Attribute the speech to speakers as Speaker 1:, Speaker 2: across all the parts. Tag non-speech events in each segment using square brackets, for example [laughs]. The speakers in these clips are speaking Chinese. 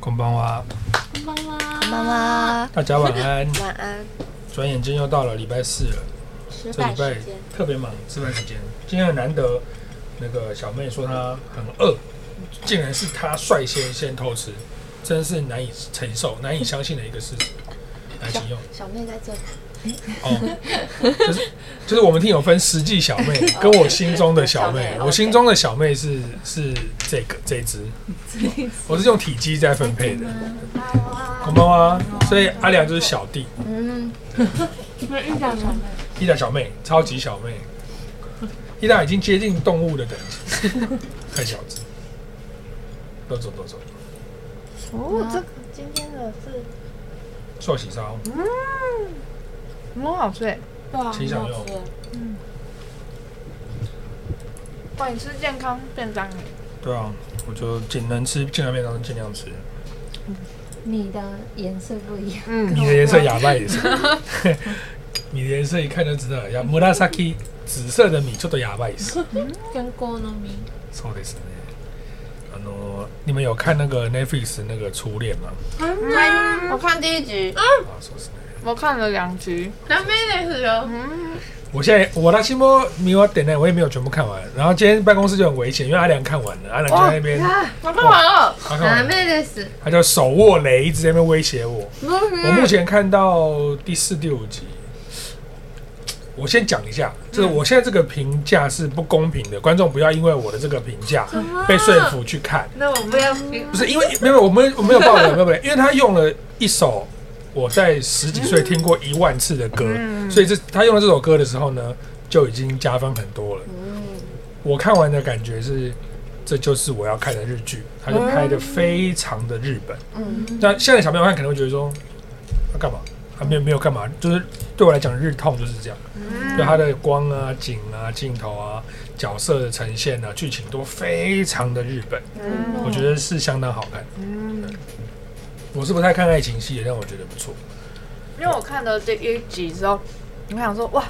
Speaker 1: こんばんは，
Speaker 2: 妈妈，
Speaker 1: 大家晚安。
Speaker 2: 晚安。
Speaker 1: 转眼间又到了礼拜四了，
Speaker 2: 吃
Speaker 1: 这礼
Speaker 2: 饭
Speaker 1: 拜
Speaker 2: 时间，
Speaker 1: 特别忙，吃饭时间。今天很难得，那个小妹说她很饿，竟然是她率先先偷吃，真是难以承受、难以相信的一个事情。来，请用
Speaker 2: 小妹在这里。
Speaker 1: 哦，就是就是我们听友分实际小妹跟我心中的小妹
Speaker 2: 小，妹
Speaker 1: 我心中的小妹是是这个这只，我是用体积在分配的。こんばんは，所以阿良就是小弟。
Speaker 2: 嗯，
Speaker 1: 伊达小妹，超级小妹，伊达已经接近动物的等级，太小只。多走多走，
Speaker 3: 哦，这个
Speaker 2: 今天的是
Speaker 1: 寿喜烧，
Speaker 3: 很好吃哎！
Speaker 2: 对啊
Speaker 1: 请享用。
Speaker 3: 哇，你吃健康便当哎，
Speaker 1: 对啊，我就尽能吃，尽量面当尽量吃。
Speaker 4: 你的颜色不一样，
Speaker 3: 嗯，
Speaker 1: 你的颜色哑巴也是， [laughs] 你的颜色一看就知道了，像 murasaki 紫色的米，ちょっと哑巴也是。
Speaker 4: 跟锅糯米
Speaker 1: そうですね。あの你们有看那个 Netflix 那个初恋吗？
Speaker 3: 我看第一
Speaker 2: 嗯
Speaker 3: 集，
Speaker 1: 啊，说是。
Speaker 3: 嗯我看了两集，嗯
Speaker 1: 我现在我拉西莫米瓦点呢，我也没有全部看完。然后今天办公室就很危险，因为阿良看完了，阿良
Speaker 3: 哦
Speaker 1: 就在那边，
Speaker 3: 我看完了，
Speaker 1: 他看
Speaker 4: 啊，
Speaker 1: 完了，
Speaker 4: 妹的死，
Speaker 1: 他就手握雷一直在那边威胁我。我目
Speaker 4: 我
Speaker 1: 前看到第四、第五集。我先讲一下，就是我现在这个评价是不公平的，观众不要因为我的这个评价被说服去看，
Speaker 3: 那我不要，
Speaker 1: 不是因为没有我们我没有爆雷，没有爆雷，因为他用了一首我在十几岁听过一万次的歌，
Speaker 3: 嗯
Speaker 1: 所以这他用了这首歌的时候呢，就已经加分很多了。
Speaker 2: 嗯
Speaker 1: 我看完的感觉是，这就是我要看的日剧，它就拍的非常的日本。
Speaker 2: 嗯
Speaker 1: 那现在小朋友看可能会觉得说，他、干嘛？啊，没有没有干嘛，就是对我来讲，日痛就是这样，
Speaker 3: 嗯
Speaker 1: 就它的光啊、景啊、镜头啊、角色的呈现啊、剧情都非常的日本，我觉得是相当好看。
Speaker 3: 嗯，
Speaker 1: 我是不太看爱情戏的，但我觉得不错。
Speaker 3: 因为我看了第一集之后，我想说哇，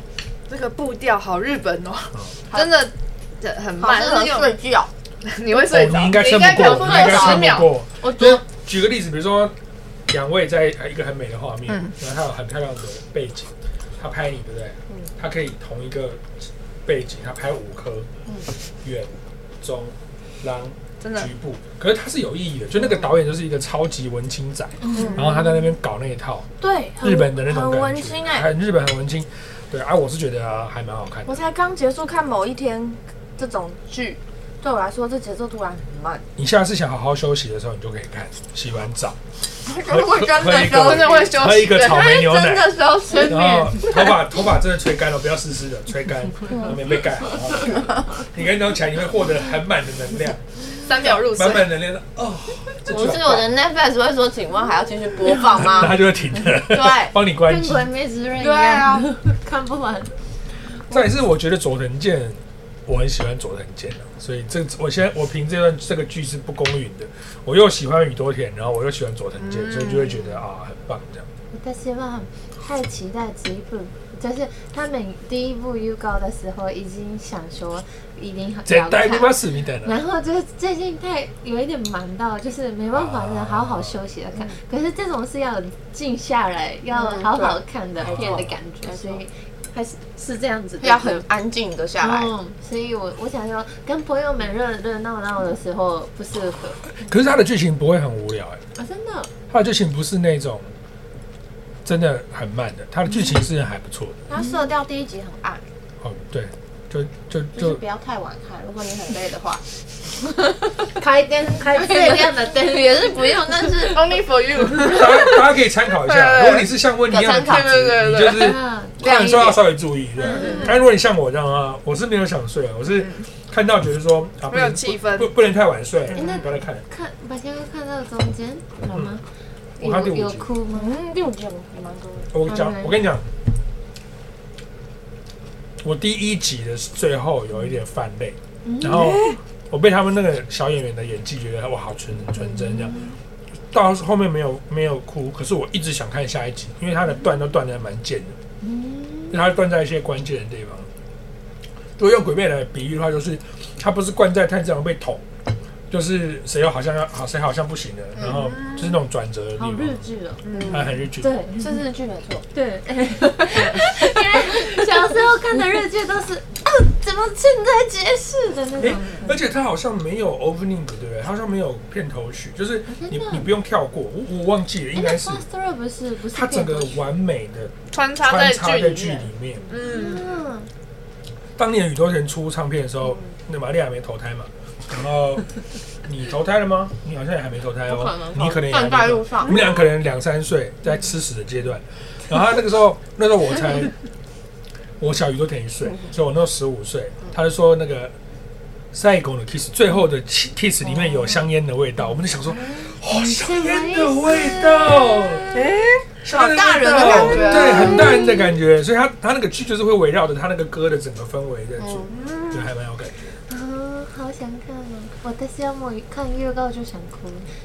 Speaker 3: 这个步调好日本哦，真的这很慢，
Speaker 2: 好适合睡
Speaker 3: 觉，你会
Speaker 1: 哦，
Speaker 3: 睡着，
Speaker 1: 你应该撑不
Speaker 3: 你
Speaker 1: 过，
Speaker 3: 应
Speaker 1: 你
Speaker 3: 该
Speaker 1: 应该
Speaker 3: 扛不
Speaker 1: 撑
Speaker 3: 十
Speaker 1: 不
Speaker 3: 秒，
Speaker 1: 过。
Speaker 4: 我
Speaker 1: 就举个例子，比如说两位在呃一个很美的画面，
Speaker 3: 嗯
Speaker 1: 然后它有很漂亮的背景，他拍你对不对？他可以同一个背景，他拍五颗，远、中、浪、
Speaker 3: 真的
Speaker 1: 局部，可是他是有意义的，就那个导演就是一个超级文青仔，
Speaker 3: 嗯
Speaker 1: 然后他在那边搞那一套
Speaker 4: 对
Speaker 1: 日本的那种
Speaker 4: 很
Speaker 1: 感
Speaker 4: 温
Speaker 1: 觉
Speaker 2: 欸
Speaker 4: 馨，哎、
Speaker 1: 很日本很文青。对啊，我是觉得啊还蛮好看的
Speaker 2: 我。才刚结束看某一天这种剧，对我来说这节奏突然很慢。
Speaker 1: 你下次想好好休息的时候，你就可以看，洗完澡，喝
Speaker 2: 我
Speaker 1: 喝
Speaker 2: 真
Speaker 1: 喝
Speaker 2: 的
Speaker 1: 一
Speaker 2: 休
Speaker 3: 真的
Speaker 1: 个，
Speaker 3: 会休息，
Speaker 1: 喝一个草莓牛奶
Speaker 3: 真的休息，
Speaker 1: 然后头发头发真的吹干了，不要湿湿的，吹干，棉被盖好。好好你跟早上起来，你会获得很满的能量，
Speaker 3: 三秒入睡
Speaker 1: 满，满能量的哦。这
Speaker 2: 不
Speaker 1: 就是
Speaker 2: 我的 Netflix 会说，请问还要继续播放 [laughs]
Speaker 1: 然后
Speaker 2: 吗？
Speaker 1: 它就会停了，
Speaker 2: 啊对
Speaker 1: 帮你关
Speaker 4: 跟
Speaker 1: 机。
Speaker 4: 鬼灭之刃一样，
Speaker 3: 对啊，
Speaker 4: [laughs] 看不完，
Speaker 1: 再来是我觉得佐藤健，我很喜欢佐藤健的，所以这我现在我凭这段这个剧是不公允的。我又喜欢宇多田，然后我又喜欢佐藤健，所以就会觉得啊很棒这样。
Speaker 4: 我希望太期待这一部。就是他们第一部预告的时候，已经想说一定
Speaker 1: 絶
Speaker 4: 要
Speaker 1: 対
Speaker 4: 看
Speaker 1: 見，ますみたいな。
Speaker 4: 然后就最近太有一点忙到，就是没办法能好好休息的
Speaker 2: 嗯
Speaker 4: 看。可是这种是要静下来，要好好看的
Speaker 1: 对
Speaker 4: 片的感觉，所以还是是这样子的。
Speaker 2: 要很安静的下来。
Speaker 4: 嗯，所以我我想说，跟朋友们热热闹闹的时候不适合
Speaker 1: 可是它的剧情不会很无聊哎、
Speaker 4: 啊，真的。
Speaker 1: 它的剧情不是那种真的很慢的，它的剧情是还不错
Speaker 3: [laughs]
Speaker 1: 的。
Speaker 2: 它色调第一集很暗，
Speaker 1: 哦，对，就就
Speaker 2: 就是
Speaker 1: 就
Speaker 3: 嗯
Speaker 2: 不要太晚看，如果你很累的话，
Speaker 4: 开灯，开最亮的灯，
Speaker 2: 也是不用，但是
Speaker 3: Only for you，
Speaker 1: 大家大家可以参考一下。
Speaker 3: [laughs] 对
Speaker 1: 如果你是像温妮一样的体
Speaker 2: 有参
Speaker 3: 考对对
Speaker 1: 质，你
Speaker 3: 对
Speaker 1: 就是
Speaker 4: 嗯，
Speaker 1: 看的时候要稍微注意，对
Speaker 3: 嗯嗯。
Speaker 1: 但如果你像我这样啊，我是没有想睡啊，我是看到觉得说啊，不
Speaker 3: 没有
Speaker 1: 能
Speaker 3: 气氛
Speaker 1: 不不不能太晚睡，
Speaker 4: 那
Speaker 1: 不要再看了。
Speaker 4: 看把前面看到中间有吗？
Speaker 1: 我看第
Speaker 4: 有
Speaker 1: 五
Speaker 4: 有
Speaker 1: 集，
Speaker 4: 哭吗？
Speaker 2: 嗯，六集也蛮多的。
Speaker 1: 我讲
Speaker 4: 好，
Speaker 1: 我跟你讲，我第一集的最后有一点泛泪，
Speaker 4: 嗯
Speaker 1: 然后我被他们那个小演员的演技觉得哇，好纯纯真这样。到后面没有没有哭，可是我一直想看下一集，因为他的断都断的蛮贱的，
Speaker 4: 嗯
Speaker 1: 因为他断在一些关键的地方。如果用鬼面来比喻的话，就是他不是灌在炭治郎被捅，就是谁又好像要好，谁好像不行了，然后就是那种转折的地
Speaker 4: 嗯好
Speaker 1: 方，
Speaker 4: 日剧哦，
Speaker 1: 还很日剧。
Speaker 4: 对
Speaker 2: 是日剧没错，
Speaker 4: 对，因为小时候看的日剧都是， [laughs] 啊，怎么现在结束的那
Speaker 1: 哎
Speaker 4: 种，
Speaker 1: 而且它好像没有 opening，对不对？它好像没有片头曲，就是你
Speaker 4: 真的
Speaker 1: 你不用跳过，我我忘记了，应
Speaker 4: 哎，那
Speaker 1: 该
Speaker 4: 《
Speaker 1: 是
Speaker 4: Foster》不是不是
Speaker 1: 它整个
Speaker 4: 片头曲
Speaker 1: 完美的
Speaker 3: 穿插
Speaker 1: 穿
Speaker 3: 在
Speaker 1: 插在
Speaker 3: 剧
Speaker 1: 剧
Speaker 3: 里
Speaker 1: 里面。
Speaker 3: 面，嗯，
Speaker 4: 嗯，
Speaker 1: 当年宇多田出唱片的时候，那玛丽还没投胎嘛，然后你投胎了吗？你好像也还没投胎
Speaker 2: 不可
Speaker 1: 哦
Speaker 2: 能，
Speaker 1: 你可能也还没
Speaker 2: 断在
Speaker 1: 投
Speaker 2: 路上
Speaker 1: 你们俩可能两三岁，在吃屎的阶段。然后他那个时候，那时候我
Speaker 3: [laughs]
Speaker 1: 才我小宇多田一岁，所以我那时候十五岁。他就说那个赛狗的 kiss 最后的 kiss 里面有香烟的味道，我们就想说，
Speaker 3: 嗯
Speaker 1: 哦，香烟的味道。
Speaker 3: 哎，
Speaker 1: 好
Speaker 2: 大人的感觉
Speaker 1: 哦对，很大人的感觉。所以他他那个剧就是会围绕着他那个歌的整个氛围在做，
Speaker 2: 嗯
Speaker 1: 就还蛮有感觉
Speaker 4: 啊，好想看哦！我的夏末看预告就想哭，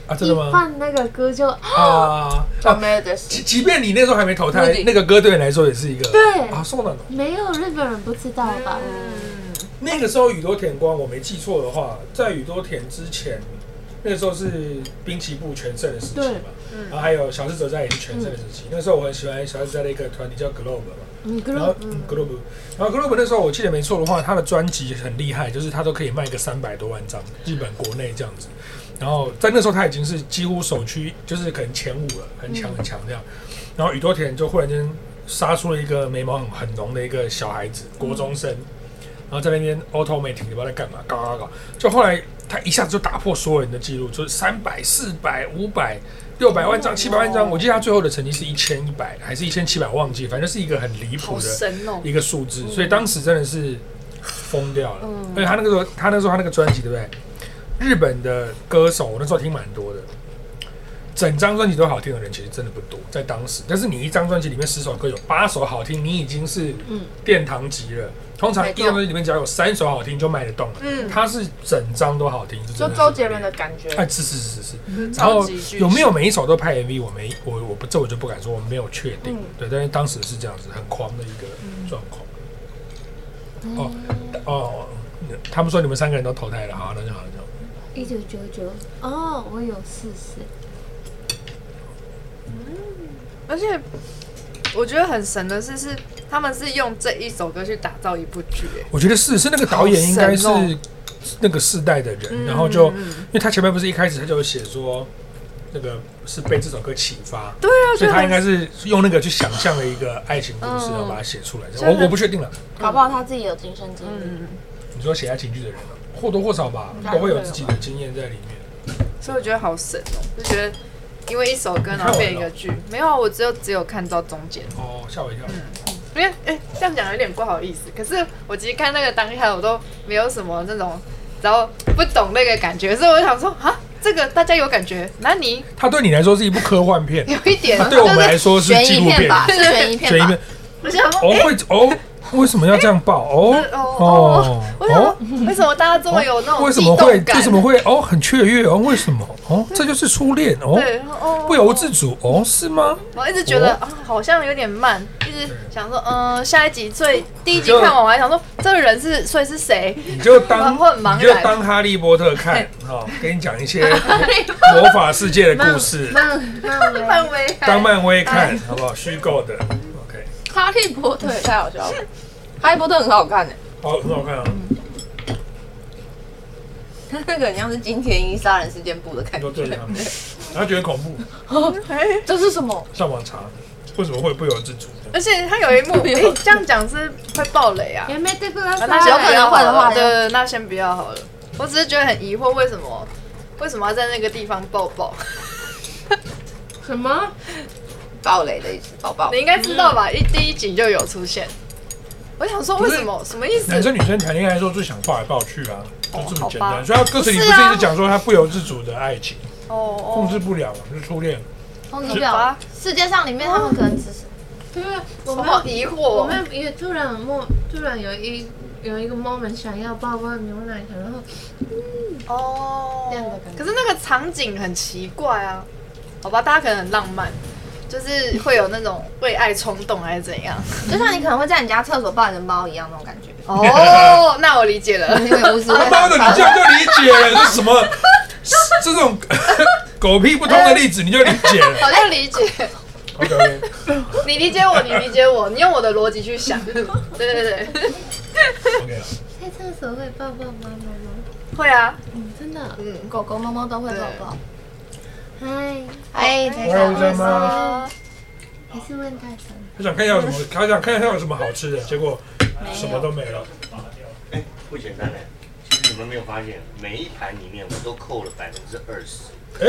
Speaker 1: 啊！真
Speaker 4: 一
Speaker 1: 的吗？
Speaker 4: 放那个歌就
Speaker 1: 啊
Speaker 2: 倒
Speaker 1: 啊！
Speaker 2: 霉的事
Speaker 1: 即。即便你那时候还没投
Speaker 2: 目
Speaker 1: 胎
Speaker 2: 的，
Speaker 1: 那个歌对你来说也是一个
Speaker 4: 对
Speaker 1: 啊，送暖
Speaker 4: 没有日本人不知道吧？
Speaker 1: 嗯那个时候宇多田光，我没记错的话，在宇多田之前，那个时候是滨崎步全盛的时期
Speaker 4: 对
Speaker 1: 嘛，
Speaker 2: 嗯
Speaker 1: 然后还有小室哲哉也是全盛的时期。那时候我很喜欢小室哲哉的一个团体叫 Globe 嘛，
Speaker 4: 嗯
Speaker 1: 然后
Speaker 4: ，group，
Speaker 1: 嗯 Globe，然后 Globe 那时候我记得没错的话，他的专辑很厉害，就是他都可以卖个三百多万张，日本国内这样子。然后在那时候他已经是几乎首屈，就是可能前五了，很强很强这样。然后宇多田就忽然间杀出了一个眉毛很很浓的一个小孩子，国中生，然后在那边 automatic 不知道在干嘛，搞搞搞。就后来他一下子就打破所有人的记录，就是三百、四百、五百。六百万张、七百万张，我记得他最后的成绩是一千一百还是一千七百，忘记，反正是一个很离谱
Speaker 3: 好
Speaker 1: 的
Speaker 3: 神哦，
Speaker 1: 一个数字，
Speaker 2: 嗯
Speaker 1: 所以当时真的是疯掉了。而且他那个时候，他那时候他那个专辑，对不对？日本的歌手，我那时候听蛮多的，整张专辑都好听的人其实真的不多，在当时。但是你一张专辑里面十首歌有八首好听，你已经是
Speaker 4: 嗯
Speaker 1: 殿堂级了。通常一
Speaker 2: 没错
Speaker 1: 张专辑里面只要有三首好听就卖得动了。
Speaker 3: 嗯
Speaker 1: 他是整张都好听，
Speaker 2: 就
Speaker 1: 就
Speaker 2: 周杰伦的。感觉，
Speaker 1: 哎，是是是是，然
Speaker 3: 超
Speaker 1: 后
Speaker 3: 级巨星
Speaker 1: 有没有每一首都拍 MV？我没，我我不这我就不敢说，我没有确定。
Speaker 2: 嗯
Speaker 1: 对，但是当时是这样子，很狂的一个
Speaker 3: 嗯
Speaker 1: 状况。
Speaker 4: 네.
Speaker 1: 哦哦，那他们说你们三个人都投胎了，好，那就好，那就好。
Speaker 4: 一九九九哦，我有四十，
Speaker 3: 而且我觉得很神的是，是他们是用这一首歌去打造一部剧，哎，
Speaker 1: 我觉得是是那个导演应该是
Speaker 3: 好神哦
Speaker 1: 那个世代的人，
Speaker 3: 嗯
Speaker 1: 然后就因为他前面不是一开始他就有写说那个是被这首歌启发，
Speaker 3: 对啊，
Speaker 1: 所
Speaker 3: 就
Speaker 1: 以他
Speaker 3: 很
Speaker 1: 应该是用那个去想象了一个爱情故事，
Speaker 3: 嗯
Speaker 1: 然后把它写出来。
Speaker 3: 就
Speaker 1: 我
Speaker 3: 很
Speaker 1: 我不确定了，
Speaker 2: 搞不好他自己有亲身经历。
Speaker 3: 嗯，
Speaker 1: 你说写爱情剧的人啊或多或少吧，
Speaker 2: 嗯
Speaker 1: 都会有自己的经验在里面。
Speaker 3: 所以我觉得好神哦，就觉得因为一首歌然后变一个剧，没有，我只有只有看到中间，
Speaker 1: 哦，吓我一跳。
Speaker 3: 因为哎、这样讲有点不好意思，可是我其实看那个当下我都没有什么那种，然后不懂那个感觉，所以我就想说啊，这个大家有感觉，那你
Speaker 1: 它对你来说是一部科幻片，
Speaker 3: 有一点
Speaker 1: 它 [laughs] 对我们来说是
Speaker 2: 悬
Speaker 1: 纪
Speaker 2: 疑
Speaker 1: 录
Speaker 2: 片
Speaker 1: 片，
Speaker 2: 吧，是悬疑片
Speaker 1: 悬疑
Speaker 2: 吧
Speaker 1: 片。。
Speaker 3: 我想说
Speaker 1: 哦，
Speaker 3: [laughs]
Speaker 1: 会哦，为什么要这样报？哦
Speaker 3: 哦哦，我想说为什么大家这么有那种
Speaker 1: 为什
Speaker 3: 激
Speaker 1: 么
Speaker 3: 动
Speaker 1: 会
Speaker 3: 感？嗯
Speaker 1: 为什么会哦很雀跃哦？为什么哦？这就是初恋哦，
Speaker 3: 对哦，
Speaker 1: 不由自主哦，是吗？
Speaker 3: 我一直觉得
Speaker 1: 哦
Speaker 3: 啊，好像有点慢，一直想说，嗯，下一集最第一集看完，我还想说这个人是所以是谁？
Speaker 1: 你就当
Speaker 3: 我很茫然
Speaker 1: 你就当哈利波特看哦，给你讲一些 [laughs] 魔法世界的故
Speaker 3: [laughs]
Speaker 1: 事，
Speaker 4: 嗯，那我
Speaker 3: 漫威
Speaker 1: 当漫威看
Speaker 3: 哎
Speaker 1: 好不好？虚构的，OK，
Speaker 2: 哈利波特也太好笑了，哈利波特很好看的，
Speaker 1: 好，很好看啊。
Speaker 3: 嗯
Speaker 2: 他那个很像是金田一杀人事件簿的感
Speaker 1: 你说
Speaker 2: 觉。
Speaker 1: 对他
Speaker 3: [laughs]
Speaker 1: 们，然后觉得恐怖，
Speaker 2: 这是什么？
Speaker 1: 上网查为什么会不由自主呢？
Speaker 3: 而且他有一 [laughs] 幕，诶，这样讲是会爆雷啊。
Speaker 4: 也没对过他
Speaker 3: 啊， [laughs] 那先
Speaker 2: 有可能
Speaker 3: 不要
Speaker 2: 会的话
Speaker 3: 好了对对，对那先不要好了。我只是觉得很疑惑，为什么为什么要在那个地方抱抱？
Speaker 4: 什么？
Speaker 2: 暴雷的意思，宝宝
Speaker 3: 你。应该知道吧？一第一集就有出现。我想说，为什么？什么意思？
Speaker 1: 男生女生谈恋爱的时候最想抱来抱去啊，就这么简
Speaker 3: 好
Speaker 1: 单。
Speaker 3: 吧
Speaker 1: 所以他歌词里不是一直讲说他不由自主的爱情，
Speaker 3: 哦
Speaker 1: 控制
Speaker 3: 哦，
Speaker 1: 不了嘛，就是初恋。
Speaker 2: 控制
Speaker 3: 好
Speaker 2: 不了
Speaker 3: 吧。
Speaker 2: 世界上里面他们可能只是
Speaker 4: 对啊，我
Speaker 3: 我
Speaker 4: 们
Speaker 3: 好疑惑
Speaker 4: 我
Speaker 3: 哦。
Speaker 4: 们也突然默，突然有一有一个 moment 想要抱抱牛奶糖，然后
Speaker 3: 哦
Speaker 4: 这样的感觉
Speaker 3: 可是那个场景很奇怪啊，好吧，大家可能很浪漫，就是会有那种为爱冲动还是怎样。
Speaker 2: 就像你可能会在你家厕所抱你的猫一样那种感觉，
Speaker 3: 哦，那我理解了。
Speaker 2: 因为无所谓。
Speaker 1: 妈的，你这样就理解了，这是什么这种 [laughs] 狗屁不通的例子，你就理解了。
Speaker 3: 好像理解，
Speaker 1: OK OK，
Speaker 3: 你理解我，你理解我，你用我的逻辑去想。对对对，
Speaker 1: OK，
Speaker 4: 在厕所会抱抱妈妈吗？
Speaker 3: 会啊，
Speaker 4: 嗯，真的。
Speaker 3: 嗯，
Speaker 2: 狗狗、猫猫都会抱抱。
Speaker 4: 嗨，
Speaker 2: 哎，
Speaker 1: 我有在吗？
Speaker 4: 还是问大神。
Speaker 1: 他想看一下有什么，他想看一下有什么好吃的，结果什么都没了。
Speaker 5: 哎，不简单嘞！其实你们没有发现，每一盘里面我都扣了百分之二十。
Speaker 1: 哎，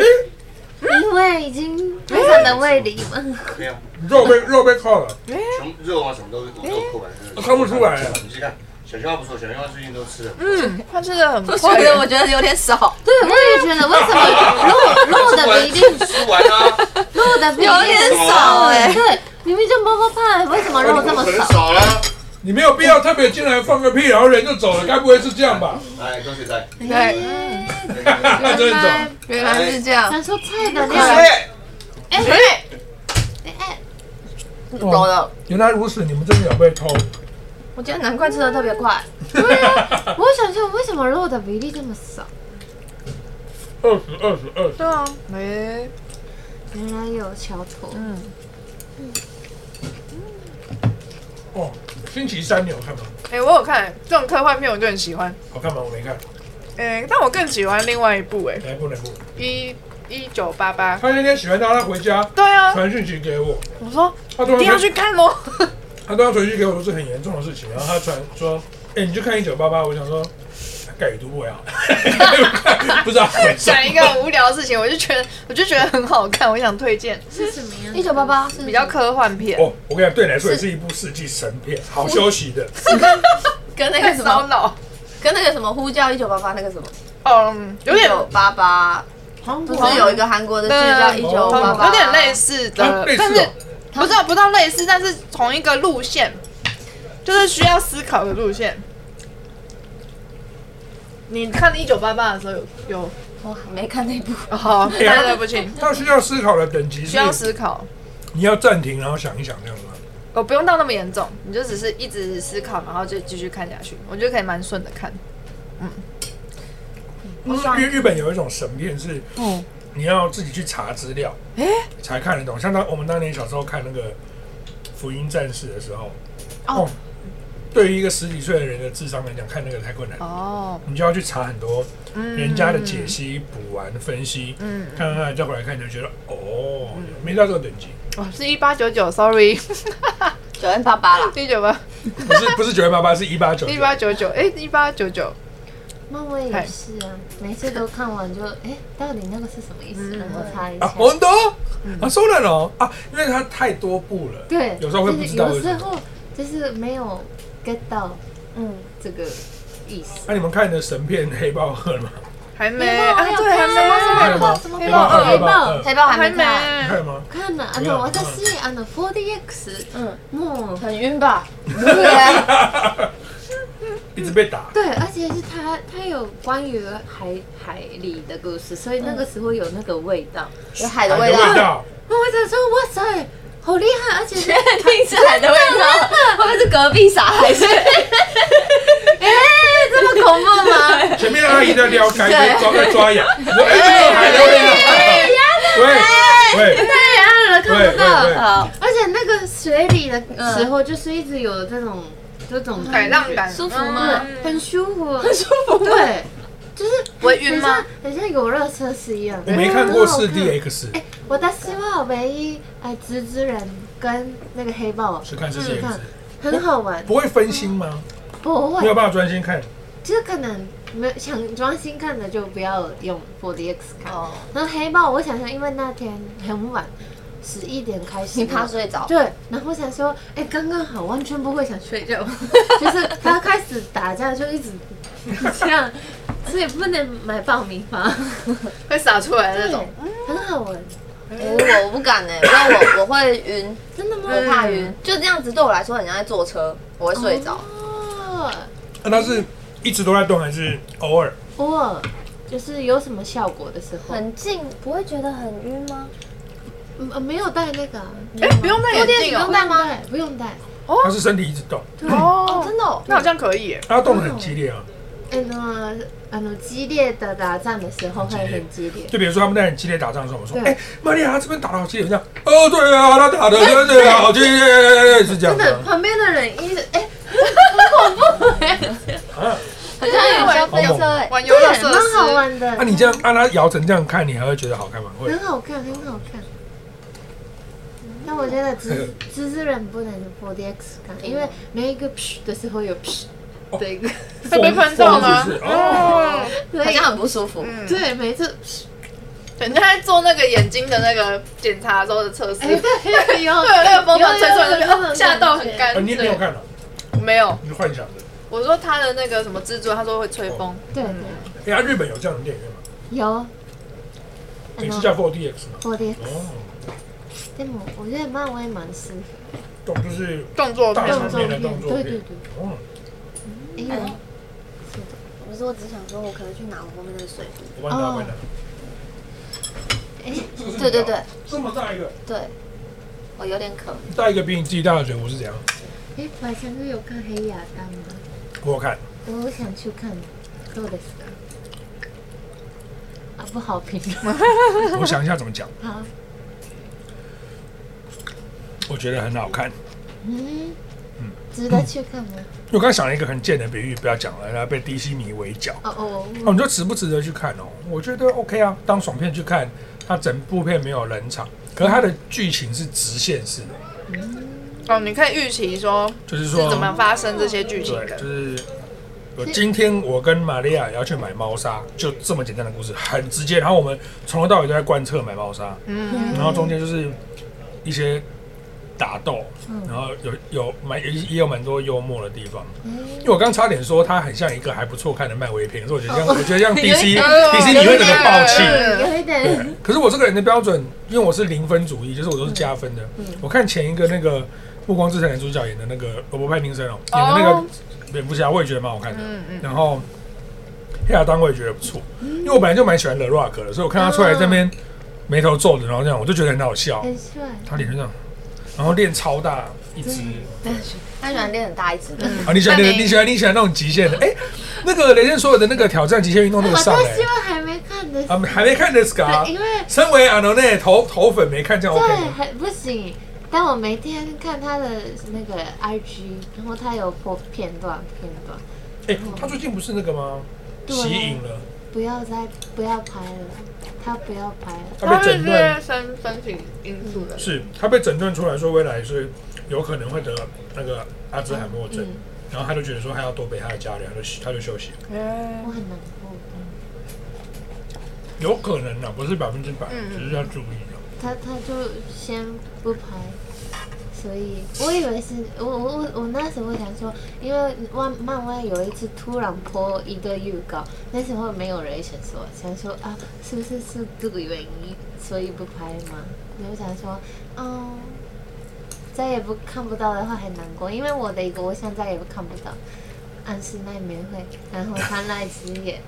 Speaker 4: 因为已经非常的胃里嘛。
Speaker 5: 对啊，
Speaker 1: 肉被肉被扣了，
Speaker 5: 全部肉啊什么都我都扣完。
Speaker 1: 我看不出来啊
Speaker 5: 你去看，小笑不错，小笑最近都吃了。
Speaker 3: 他真的很不
Speaker 2: 我觉得我觉得有点少，
Speaker 4: 对，我也觉得为什么嗯肉肉的比例，
Speaker 5: [laughs] 吃完啊，
Speaker 4: 肉的比例
Speaker 2: 有点
Speaker 4: 아,
Speaker 2: 少哎。
Speaker 4: 对，明明就摸摸胖，为什么肉这么
Speaker 5: 很
Speaker 4: 少？
Speaker 5: 少了。
Speaker 1: 你没有必要特别进来放个屁，然后人就走了，该不会是这样吧？ [laughs]
Speaker 5: 哎，都水在。
Speaker 2: 对，
Speaker 1: 那真的走。
Speaker 2: 哎原来是这样。
Speaker 4: 传说菜的量，
Speaker 5: 哎，
Speaker 4: 哎
Speaker 3: 哎
Speaker 4: 哎，
Speaker 2: 懂了，
Speaker 1: 原来如此，你们真的有被偷。
Speaker 2: 我今天难怪吃的特别快。
Speaker 4: 我想说为什么肉的比例这么少？
Speaker 1: 二十二十二十，
Speaker 3: 对啊，没，
Speaker 4: 原来有翘楚，
Speaker 3: 嗯，
Speaker 1: 哦，星期三你有看吗？
Speaker 3: 哎，我有看这种科幻片，我就很喜欢。
Speaker 1: 好看吗？我没看。
Speaker 3: 哎，但我更喜欢另外一部，哎，
Speaker 1: 来不来不？
Speaker 3: 一一九八八。
Speaker 1: 他那天喜欢他，他回家
Speaker 3: 对啊，
Speaker 1: 传讯息给我，
Speaker 3: 我说
Speaker 1: 他
Speaker 3: 一
Speaker 1: 都
Speaker 3: 定要去看哦。
Speaker 1: 他都要传讯息给我，说是很严重的事情。然
Speaker 3: [laughs]
Speaker 1: 后他传说，哎，你去看一九八八。我想说，盖读不
Speaker 3: [laughs]
Speaker 1: 呀，不知道回事。
Speaker 3: 讲一个很无聊的事情，我就觉得我就觉得很好看，我想推荐
Speaker 4: 是什么样
Speaker 2: 一九八八是
Speaker 3: 比较科幻片，
Speaker 1: 哦，我跟你讲，对你来说也是一部世纪神片，好休息的。
Speaker 2: 跟那
Speaker 3: 太
Speaker 2: 个什
Speaker 3: 烧
Speaker 2: 么，
Speaker 3: 脑。
Speaker 2: 跟那个什么呼叫一九八八那个什么，
Speaker 3: 嗯，有点
Speaker 2: 八八，
Speaker 4: 韩
Speaker 2: 不是有一个韩国的剧叫一九八八，
Speaker 3: 有点类。似
Speaker 1: 啊
Speaker 3: 的，
Speaker 1: 类似
Speaker 3: 但
Speaker 1: 哦
Speaker 3: 是不知道不到类似，但是同一个路线，就是需要思考的路线。你看《一九八八》的时候有有
Speaker 2: 我没看那部，
Speaker 3: 好，
Speaker 1: 对啊
Speaker 3: 对对不起，
Speaker 1: 他需要思考的等级
Speaker 3: 需
Speaker 1: 是，
Speaker 3: 要思考，
Speaker 1: 你要暂停，然后想一想这样吗？
Speaker 3: 哦，不用到那么严重，你就只是一直思考，然后就继续看下去，我觉得可以蛮顺的看。哦
Speaker 1: 日日本有一种神片是，
Speaker 3: 嗯
Speaker 1: 你要自己去查资料，
Speaker 3: 哎
Speaker 1: 才看得懂。像当我们当年小时候看那个《福音战士》的时候，
Speaker 3: 哦，
Speaker 1: 对于一个十几岁的人的智商来讲，看那个太困难了。
Speaker 3: 哦，
Speaker 1: 你就要去查很多
Speaker 3: 嗯
Speaker 1: 人家的解析、补完、分析，
Speaker 3: 嗯
Speaker 1: 看看看，再回来看就觉得哦，没到这个等级，
Speaker 3: 哦，是一八九九，sorry，
Speaker 2: 九零八八啦。
Speaker 3: 一九八
Speaker 1: 不
Speaker 3: [laughs]
Speaker 1: 是不是九八八，是一八九
Speaker 3: 一八九九，哎，一八九九，
Speaker 4: 妈妈也是啊，每次都看完就哎，到底那个是什么意思？
Speaker 3: 嗯
Speaker 4: 然后猜一
Speaker 1: 啊，
Speaker 4: 下。
Speaker 1: 红豆啊，说了哦啊，因为它太多部了，
Speaker 4: 对，
Speaker 1: 有时候会不知道
Speaker 4: 就
Speaker 1: 为
Speaker 4: 是有
Speaker 1: 什
Speaker 4: 时
Speaker 1: 么。
Speaker 4: 候就是没有 get 到，嗯，这个意思。
Speaker 1: 那你们看的神片《黑豹二》了吗？
Speaker 3: 还没
Speaker 4: 黑豹
Speaker 3: 啊，对，还
Speaker 4: 没有看
Speaker 3: 没，
Speaker 1: 看了吗？
Speaker 4: 什么
Speaker 1: 黑豹二，
Speaker 4: 黑豹
Speaker 1: 二，
Speaker 2: 黑豹还
Speaker 3: 还
Speaker 2: 没看，
Speaker 1: 你
Speaker 3: 没
Speaker 1: 看。了吗？
Speaker 4: 看了，啊あ
Speaker 1: 不要
Speaker 4: の私あの 4DX
Speaker 2: 嗯，
Speaker 4: もう
Speaker 2: 很晕吧？对，
Speaker 1: 一直被打，
Speaker 4: 对，而且是它它有关于海海里的故事，所以那个时候有那个味道。
Speaker 3: 嗯
Speaker 2: 有海的
Speaker 1: 海
Speaker 2: 味
Speaker 1: 的味
Speaker 2: 道，
Speaker 1: 道，
Speaker 4: 我想说，哇塞，好厉害！而
Speaker 2: [laughs]
Speaker 4: 且是
Speaker 2: 肯定是海的味道，会不会是隔壁傻 [laughs] 还是？哎
Speaker 4: 这么恐怖吗？
Speaker 1: 前面的阿姨在撩开，在抓在抓痒，我哎，这个海的味道，喂喂
Speaker 4: 太暗了，看
Speaker 1: 喂
Speaker 4: 不到。
Speaker 1: 喂喂，
Speaker 2: 好，
Speaker 4: 而且那个水里的时候，就是一直有这种这种
Speaker 3: 海浪感
Speaker 2: 舒服吗？
Speaker 3: 嗯
Speaker 4: 对，很舒服，很舒服，对，就是
Speaker 3: 不会 [laughs] 晕吗？
Speaker 4: 很像很像游乐设施一样。
Speaker 1: 我没看过四
Speaker 4: 很好看
Speaker 1: DX，
Speaker 4: 哎，我的希望唯一哎，直之人跟那个黑豹
Speaker 1: 是看是
Speaker 4: 嗯看
Speaker 1: DX，
Speaker 4: 很好玩，
Speaker 1: 不会分心吗？
Speaker 4: 不
Speaker 1: 没有
Speaker 4: 会，
Speaker 1: 办法专心看，
Speaker 4: 就是可能没有想专心看的就不要用 4DX 看。
Speaker 2: 哦，
Speaker 4: 然后黑豹，我想说，因为那天很晚，十一点开始，
Speaker 2: 你怕睡着？
Speaker 4: 对，然后我想说，哎、刚刚好，完全不会想睡 [laughs] 觉，就是他开始打架就一直这样，所以不能买爆米 [laughs] 花，
Speaker 3: 会洒出来的那
Speaker 4: 对
Speaker 3: 种。，
Speaker 4: 很好玩，
Speaker 2: 哎，我不敢 [laughs] 哎，因为我我会晕，
Speaker 4: 真的吗？
Speaker 2: 我怕晕，就这样子对我来说很像在坐车，我会睡着。
Speaker 4: 哦，
Speaker 1: 那它是一直都在动还是偶尔？
Speaker 4: 哇，就是有什么效果的时候，
Speaker 2: 很近，不会觉得很晕吗？
Speaker 4: 嗯呃没有戴那个啊，
Speaker 3: 哎、不用戴
Speaker 4: 坐
Speaker 3: 眼
Speaker 4: 垫你
Speaker 3: 镜
Speaker 4: 不用
Speaker 3: 哦、
Speaker 4: 戴吗？不用戴，
Speaker 1: 他是身体一直动，
Speaker 4: 哦，
Speaker 3: 哦，
Speaker 4: 真的哦。
Speaker 3: 那好像可以耶。
Speaker 1: 他动得很激烈啊。
Speaker 4: 哎，那啊，那激烈的打仗的时候会很激烈。
Speaker 1: 就比如说他们在很激烈打仗的时候，我说：“
Speaker 4: 对
Speaker 1: 哎，玛利亚这边打的好激烈，这样。”哦，对啊，他打的对对啊，好激烈，是这样
Speaker 4: 真的，
Speaker 1: 的。
Speaker 4: 旁边的人一直哎，
Speaker 1: 啊，
Speaker 2: 好像有消费车哎、
Speaker 3: 玩游
Speaker 4: 对
Speaker 3: 乐，设
Speaker 4: 蛮好
Speaker 3: 施，
Speaker 4: 玩的。
Speaker 1: 那啊你这样按他摇成这样看，你还会觉得好看吗？会
Speaker 4: 很。好看，很好看。但
Speaker 1: [laughs]
Speaker 4: 我觉得只只是人不能 4DX 看，因为每一个噗的时候有噗
Speaker 1: 嗯
Speaker 4: 的一个，
Speaker 3: [laughs] 会被喷到吗
Speaker 1: 是不是？哦，
Speaker 4: 所
Speaker 2: 好
Speaker 4: 以
Speaker 2: 像很不舒服。
Speaker 3: 嗯，
Speaker 4: 对，每次噗
Speaker 3: 人家在做那个眼睛的那个检查的时候的测试，
Speaker 4: 哎，对，有
Speaker 3: 会有那个风扇吹出
Speaker 4: 有
Speaker 3: 来，那
Speaker 4: 有有有有有有
Speaker 3: 边吓到很干
Speaker 1: 啊。你也没有
Speaker 3: 对，
Speaker 1: 看啊，
Speaker 3: 没有。
Speaker 1: 你幻想的。
Speaker 3: 我说他的那个什么蜘蛛，他说会吹风，
Speaker 4: 对对
Speaker 1: 哎呀，日本有这样的电影院吗？
Speaker 4: 有。
Speaker 3: 嗯
Speaker 1: 也是叫 4DX 吗？
Speaker 4: 4DX，
Speaker 1: 哦，
Speaker 4: でも我觉得漫威蛮适合
Speaker 1: 动就是
Speaker 3: 动作
Speaker 1: 大
Speaker 3: 片
Speaker 1: 场
Speaker 4: 动作
Speaker 1: 面
Speaker 4: 片
Speaker 1: 的，动作
Speaker 4: 对对
Speaker 1: 片。哦，
Speaker 4: 对，哎呦，
Speaker 2: 嗯不是，我只想说，我可能去拿我后面那个水壶。
Speaker 1: 我帮你拿
Speaker 3: 哦
Speaker 1: 回来。
Speaker 4: 哎，
Speaker 1: 这个是
Speaker 2: 对对
Speaker 1: 什么
Speaker 2: 对
Speaker 1: 啊，这么大一个，
Speaker 2: 对，我有点渴。
Speaker 1: 大一个比你自己大的水壶是怎样？
Speaker 4: 哎，晚上有看黑亚当吗？
Speaker 1: 我有
Speaker 3: [laughs]
Speaker 1: 看，
Speaker 4: 我想去看，どうですか？啊，不好评。
Speaker 1: 我想一下怎么讲。
Speaker 4: 好，
Speaker 1: 我觉得很好看。
Speaker 4: 嗯，值得去看吗？
Speaker 1: 我刚想了一个很贱的比喻，不要讲了，然后被 DC 迷围剿。
Speaker 4: [laughs] 哦哦，
Speaker 1: 哦，你说值不值得去看哦？我觉得 OK 啊，当爽片去看，它整部片没有冷场，可是它的剧情是直线式的，
Speaker 3: 哦，你可以预期说
Speaker 1: 就是
Speaker 3: 是
Speaker 1: 说
Speaker 3: 怎么发生这些剧情
Speaker 1: 对，
Speaker 3: 的
Speaker 1: 就。是我今天我跟玛利亚要去买猫砂，就这么简单的故事，很直接。然后我们从头到尾都在贯彻买猫砂，
Speaker 3: 嗯，
Speaker 1: 然后中间就是一些打斗，
Speaker 3: 嗯
Speaker 1: 然后有有蛮也也有蛮多幽默的地方。
Speaker 4: 嗯
Speaker 1: 因为我刚差点说它很像一个还不错看的漫威片，所以我觉得像我觉得像 DC
Speaker 3: 哦
Speaker 1: DC 你会整个爆气。
Speaker 4: 有一点
Speaker 1: 对，可是我这个人的标准，因为我是零分主义，就是我都是加分的。
Speaker 3: 嗯
Speaker 1: 我看前一个那个《暮光之城》男主角演的那个罗伯·派丁森哦，演的那
Speaker 3: 哦
Speaker 1: 个蝙蝠侠，我也觉得蛮好看的。
Speaker 3: 嗯嗯
Speaker 1: 然后黑亚当我也觉得不错，因为我本来就蛮喜欢 The Rock 的，所以我看他出来这边眉头皱着，然后这样我就觉得很好笑，
Speaker 3: 嗯
Speaker 4: 很帅，
Speaker 1: 他脸就这样，然后练超大一只。
Speaker 2: 他喜欢练很大一只的，
Speaker 1: 啊，你喜欢那个？
Speaker 3: 那你
Speaker 1: 你喜欢你喜欢那种极限的？哎，那个雷神所有的那个挑战极限运动都有上来
Speaker 4: 私は还没看的，
Speaker 1: 啊，还没看 this 个。啊
Speaker 4: 对，因为
Speaker 1: 身为阿诺内头头粉没看这样 OK
Speaker 4: 对
Speaker 1: 吗？
Speaker 4: 还不行。但我每天看他的那个 IG，然后他有播片段片段，
Speaker 1: 哎、他最近不是那个吗？
Speaker 4: 对啊
Speaker 1: 吸引了，
Speaker 4: 不要再不要拍了，他不要拍了。
Speaker 1: 他
Speaker 3: 他
Speaker 1: 被
Speaker 3: 是
Speaker 1: 诊
Speaker 3: 这
Speaker 1: 断
Speaker 3: 些身身体因素的。
Speaker 1: 是，他被诊断出来说未来是有可能会得那个阿兹海默症，
Speaker 4: 嗯
Speaker 1: 然后他就觉得说他要多陪他的家人，他就他就休息，
Speaker 3: 嗯
Speaker 4: 我很难过。
Speaker 1: 有可能啊，不是百分之百，
Speaker 3: 嗯
Speaker 1: 只是要注意啊。
Speaker 4: 他他就先不拍，所以我以为是我我我我那时候想说，因为漫漫威有一次突然播一个预告，那时候没有人想说，想说啊，是不是是这个原因，所以不拍嘛？然后想说，哦，再也不看不到的话很难过，因为我的一个偶像再也不看不到。安室奈美惠，然后他那只也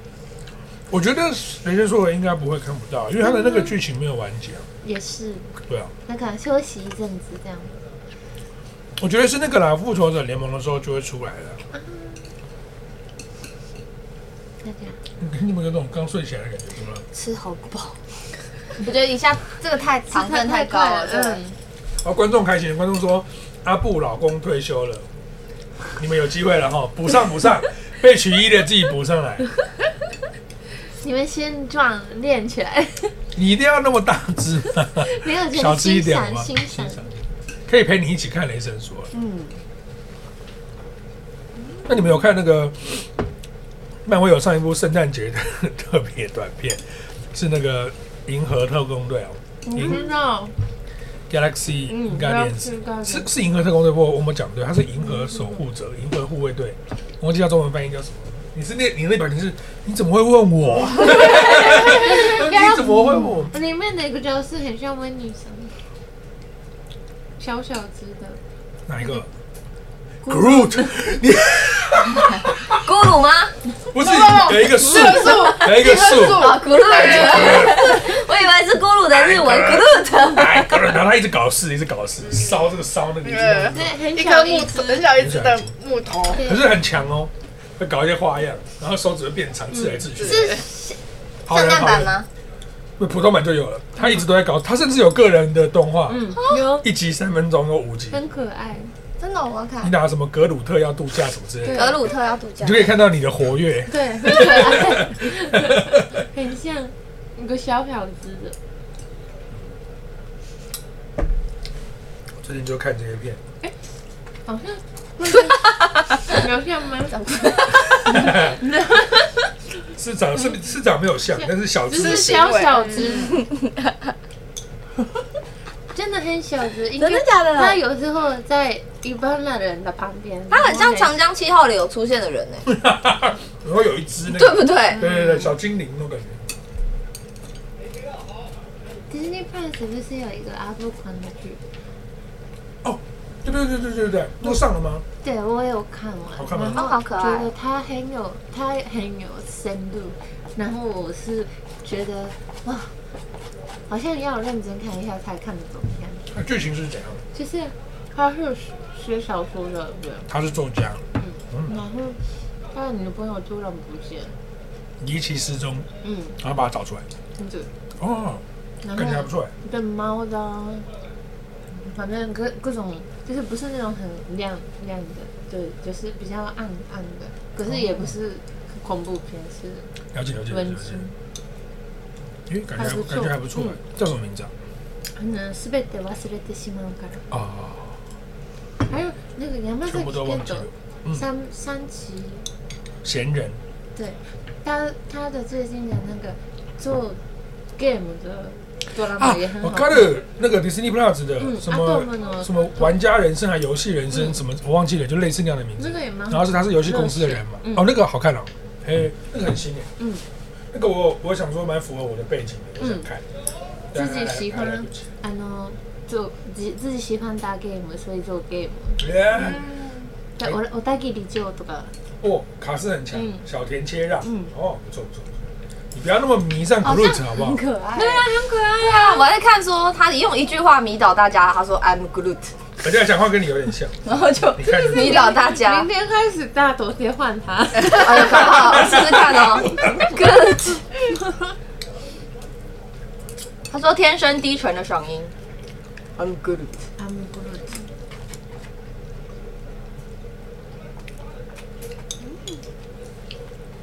Speaker 1: 我觉得雷神说的应该不会看不到，因为他的那个剧情没有完结啊、
Speaker 4: 也是
Speaker 1: 对啊，
Speaker 4: 那个休息一阵子这样。
Speaker 1: 我觉得是那个啦，复仇者联盟的时候就会出来了。
Speaker 4: 大家
Speaker 1: 你有没有那种刚睡起来的感觉？怎么了
Speaker 2: 吃好饱。我觉得一下这个太糖分太高了，
Speaker 4: 吃太快了
Speaker 2: 嗯，
Speaker 1: 然哦后观众开心，观众说阿布老公退休了，你们有机会了哈，补上补上， [laughs] 被取一的自己补上来，
Speaker 4: 你们先壮练起来，
Speaker 1: 你一定要那么大只，
Speaker 4: [laughs] 没有觉
Speaker 1: 小
Speaker 4: 得
Speaker 1: 只一
Speaker 4: 欣
Speaker 1: 点
Speaker 4: 赏
Speaker 1: 嘛，
Speaker 4: 欣赏，
Speaker 1: 可以陪你一起看雷神说，嗯，那你们有看那个漫威有上一部圣诞节的 [laughs] 特别短片，是那个银河特工队哦，
Speaker 4: 嗯
Speaker 1: 银
Speaker 4: 道
Speaker 1: 嗯 Galaxy 应该练是是是银河特工队，我我们讲对，它是银河守护者、银河护卫队，我忘记叫中文翻译叫什么。你是那你那表情是？你怎么会问 [laughs] 我？你怎么会问我？
Speaker 4: 里面的一个角色很像温女神，小小只的，
Speaker 1: 哪一个？Groot，你 [laughs]
Speaker 2: 咕噜吗？
Speaker 1: 不是有一个树， [laughs] 有一个树
Speaker 3: 树
Speaker 2: [laughs] 啊，咕噜，我以为是咕噜的日文，咕噜的。
Speaker 1: 哎，Groot 然后他一直搞事，一直搞事，烧这个烧那个，一直弄
Speaker 3: 嗯
Speaker 4: 那很
Speaker 3: 一
Speaker 4: 小
Speaker 3: 颗
Speaker 4: 一
Speaker 3: 木头，
Speaker 4: 只
Speaker 3: 很小一只的木头，
Speaker 1: 可是很强哦，会搞一些花样，然后手指会变长，刺来刺去。
Speaker 3: 是
Speaker 1: 好
Speaker 2: 圣
Speaker 1: 人哦
Speaker 2: 诞
Speaker 1: 好
Speaker 2: 版
Speaker 1: 人，
Speaker 2: 吗？
Speaker 1: 不普通版就有了。他一直都在搞，他甚至有个人的动画，
Speaker 4: 嗯，有
Speaker 1: 一集三分钟有五集。
Speaker 4: 很可爱，
Speaker 2: 真的我要看
Speaker 1: 你。打什么格鲁特要度假什么之类的，
Speaker 2: 格鲁特要度假
Speaker 1: 你就，可以看到你的活跃。
Speaker 4: 对，很可爱， [laughs] 很像一个小小只的。
Speaker 1: 最近就看这些片，
Speaker 4: 哎好像，好像蛮长得， [laughs]
Speaker 1: 市长 [laughs] 是市长没有像，但是小
Speaker 4: 就是
Speaker 1: 智
Speaker 4: 小小只，真的很小只，应该
Speaker 2: 真的假的
Speaker 4: 它有时候在一般的人的旁边，
Speaker 2: 他很像长江七号里有出现的人呢、
Speaker 1: [laughs] 然后有一只那
Speaker 2: 对
Speaker 1: 个，
Speaker 2: 不对？
Speaker 1: 对对对，小精灵那种感觉，
Speaker 4: Disney Plus 是不是有一个阿布宽的剧？
Speaker 1: 对对对对对对，都上了吗？
Speaker 4: 对，我有看完，
Speaker 1: 好看吗
Speaker 4: 然后
Speaker 2: 哦好可爱
Speaker 4: 觉得它很有，它很有深度。然后我是觉得哇，好像要认真看一下才看得懂一样。
Speaker 1: 那剧情是怎样的？
Speaker 4: 就是它是写小说的人，
Speaker 1: 他是作家，
Speaker 4: 然后他的女朋友突然不见，
Speaker 1: 离奇失踪，
Speaker 4: 嗯，
Speaker 1: 然后把他找出来。
Speaker 4: 对，
Speaker 1: 哦，
Speaker 4: 然
Speaker 1: 感觉还
Speaker 4: 后
Speaker 1: 不错哎。
Speaker 4: 跟猫的啊，反正各各种就是不是那种很亮亮的，对，就是比较暗暗的，可是也不是恐怖片，是。
Speaker 1: 了解了解了解
Speaker 4: 文
Speaker 1: 了
Speaker 4: 字
Speaker 1: 解。因为感觉
Speaker 4: 还不错
Speaker 1: 还感觉还不错哎，叫什么名字啊？
Speaker 4: 嗯、すべて忘れてしまうから。
Speaker 1: 啊，
Speaker 4: 还有那个山
Speaker 1: 全部
Speaker 4: 崎
Speaker 1: 都忘记
Speaker 4: 健
Speaker 1: 了。嗯
Speaker 4: 人三三崎，
Speaker 1: 闲人
Speaker 4: 对，他他的最近的那个做 game 的ドラ
Speaker 1: 啊
Speaker 4: 哦マ也很，好
Speaker 1: 我
Speaker 4: 看。
Speaker 1: 看了那个 Disney Plus 的
Speaker 4: 嗯
Speaker 1: 什
Speaker 4: 啊动漫
Speaker 1: 么
Speaker 4: 哦
Speaker 1: 什么玩家人生还游戏人生
Speaker 4: 嗯
Speaker 1: 什么，我忘记了，就类似那样的名字
Speaker 4: 那。个也蛮
Speaker 1: 然
Speaker 4: 好
Speaker 1: 后。是他是游戏公司的人嘛
Speaker 4: 热血，嗯
Speaker 1: 哦，那个好看哦，哎，那个很新哎，
Speaker 4: 嗯，
Speaker 1: 那个我我想说蛮符合我的背景的，我想看。
Speaker 4: 自己喜欢啊
Speaker 1: 来来来来不及
Speaker 4: あの做自自己喜欢打 game，所以做 game。
Speaker 1: 耶
Speaker 4: 嗯对，我我大给你就とか。
Speaker 1: 哦，卡斯很强
Speaker 4: 嗯，
Speaker 1: 小田切让，
Speaker 4: 嗯
Speaker 1: 哦，不错不错，不错你不要那么迷上 Groot 好不好
Speaker 4: 很？可爱。
Speaker 2: 对啊，我在看说他用一句话迷倒大家，他说 I'm Groot，
Speaker 1: 我现在讲话跟你有点
Speaker 4: [laughs]
Speaker 1: 像，
Speaker 2: 然后就
Speaker 1: 你看你
Speaker 2: 迷倒大家
Speaker 4: 明。天开始大头贴换他。
Speaker 2: 哎呦，搞不好试试看哦。Groot，他说天生低沉的嗓音，I'm Groot。
Speaker 4: I'm Groot。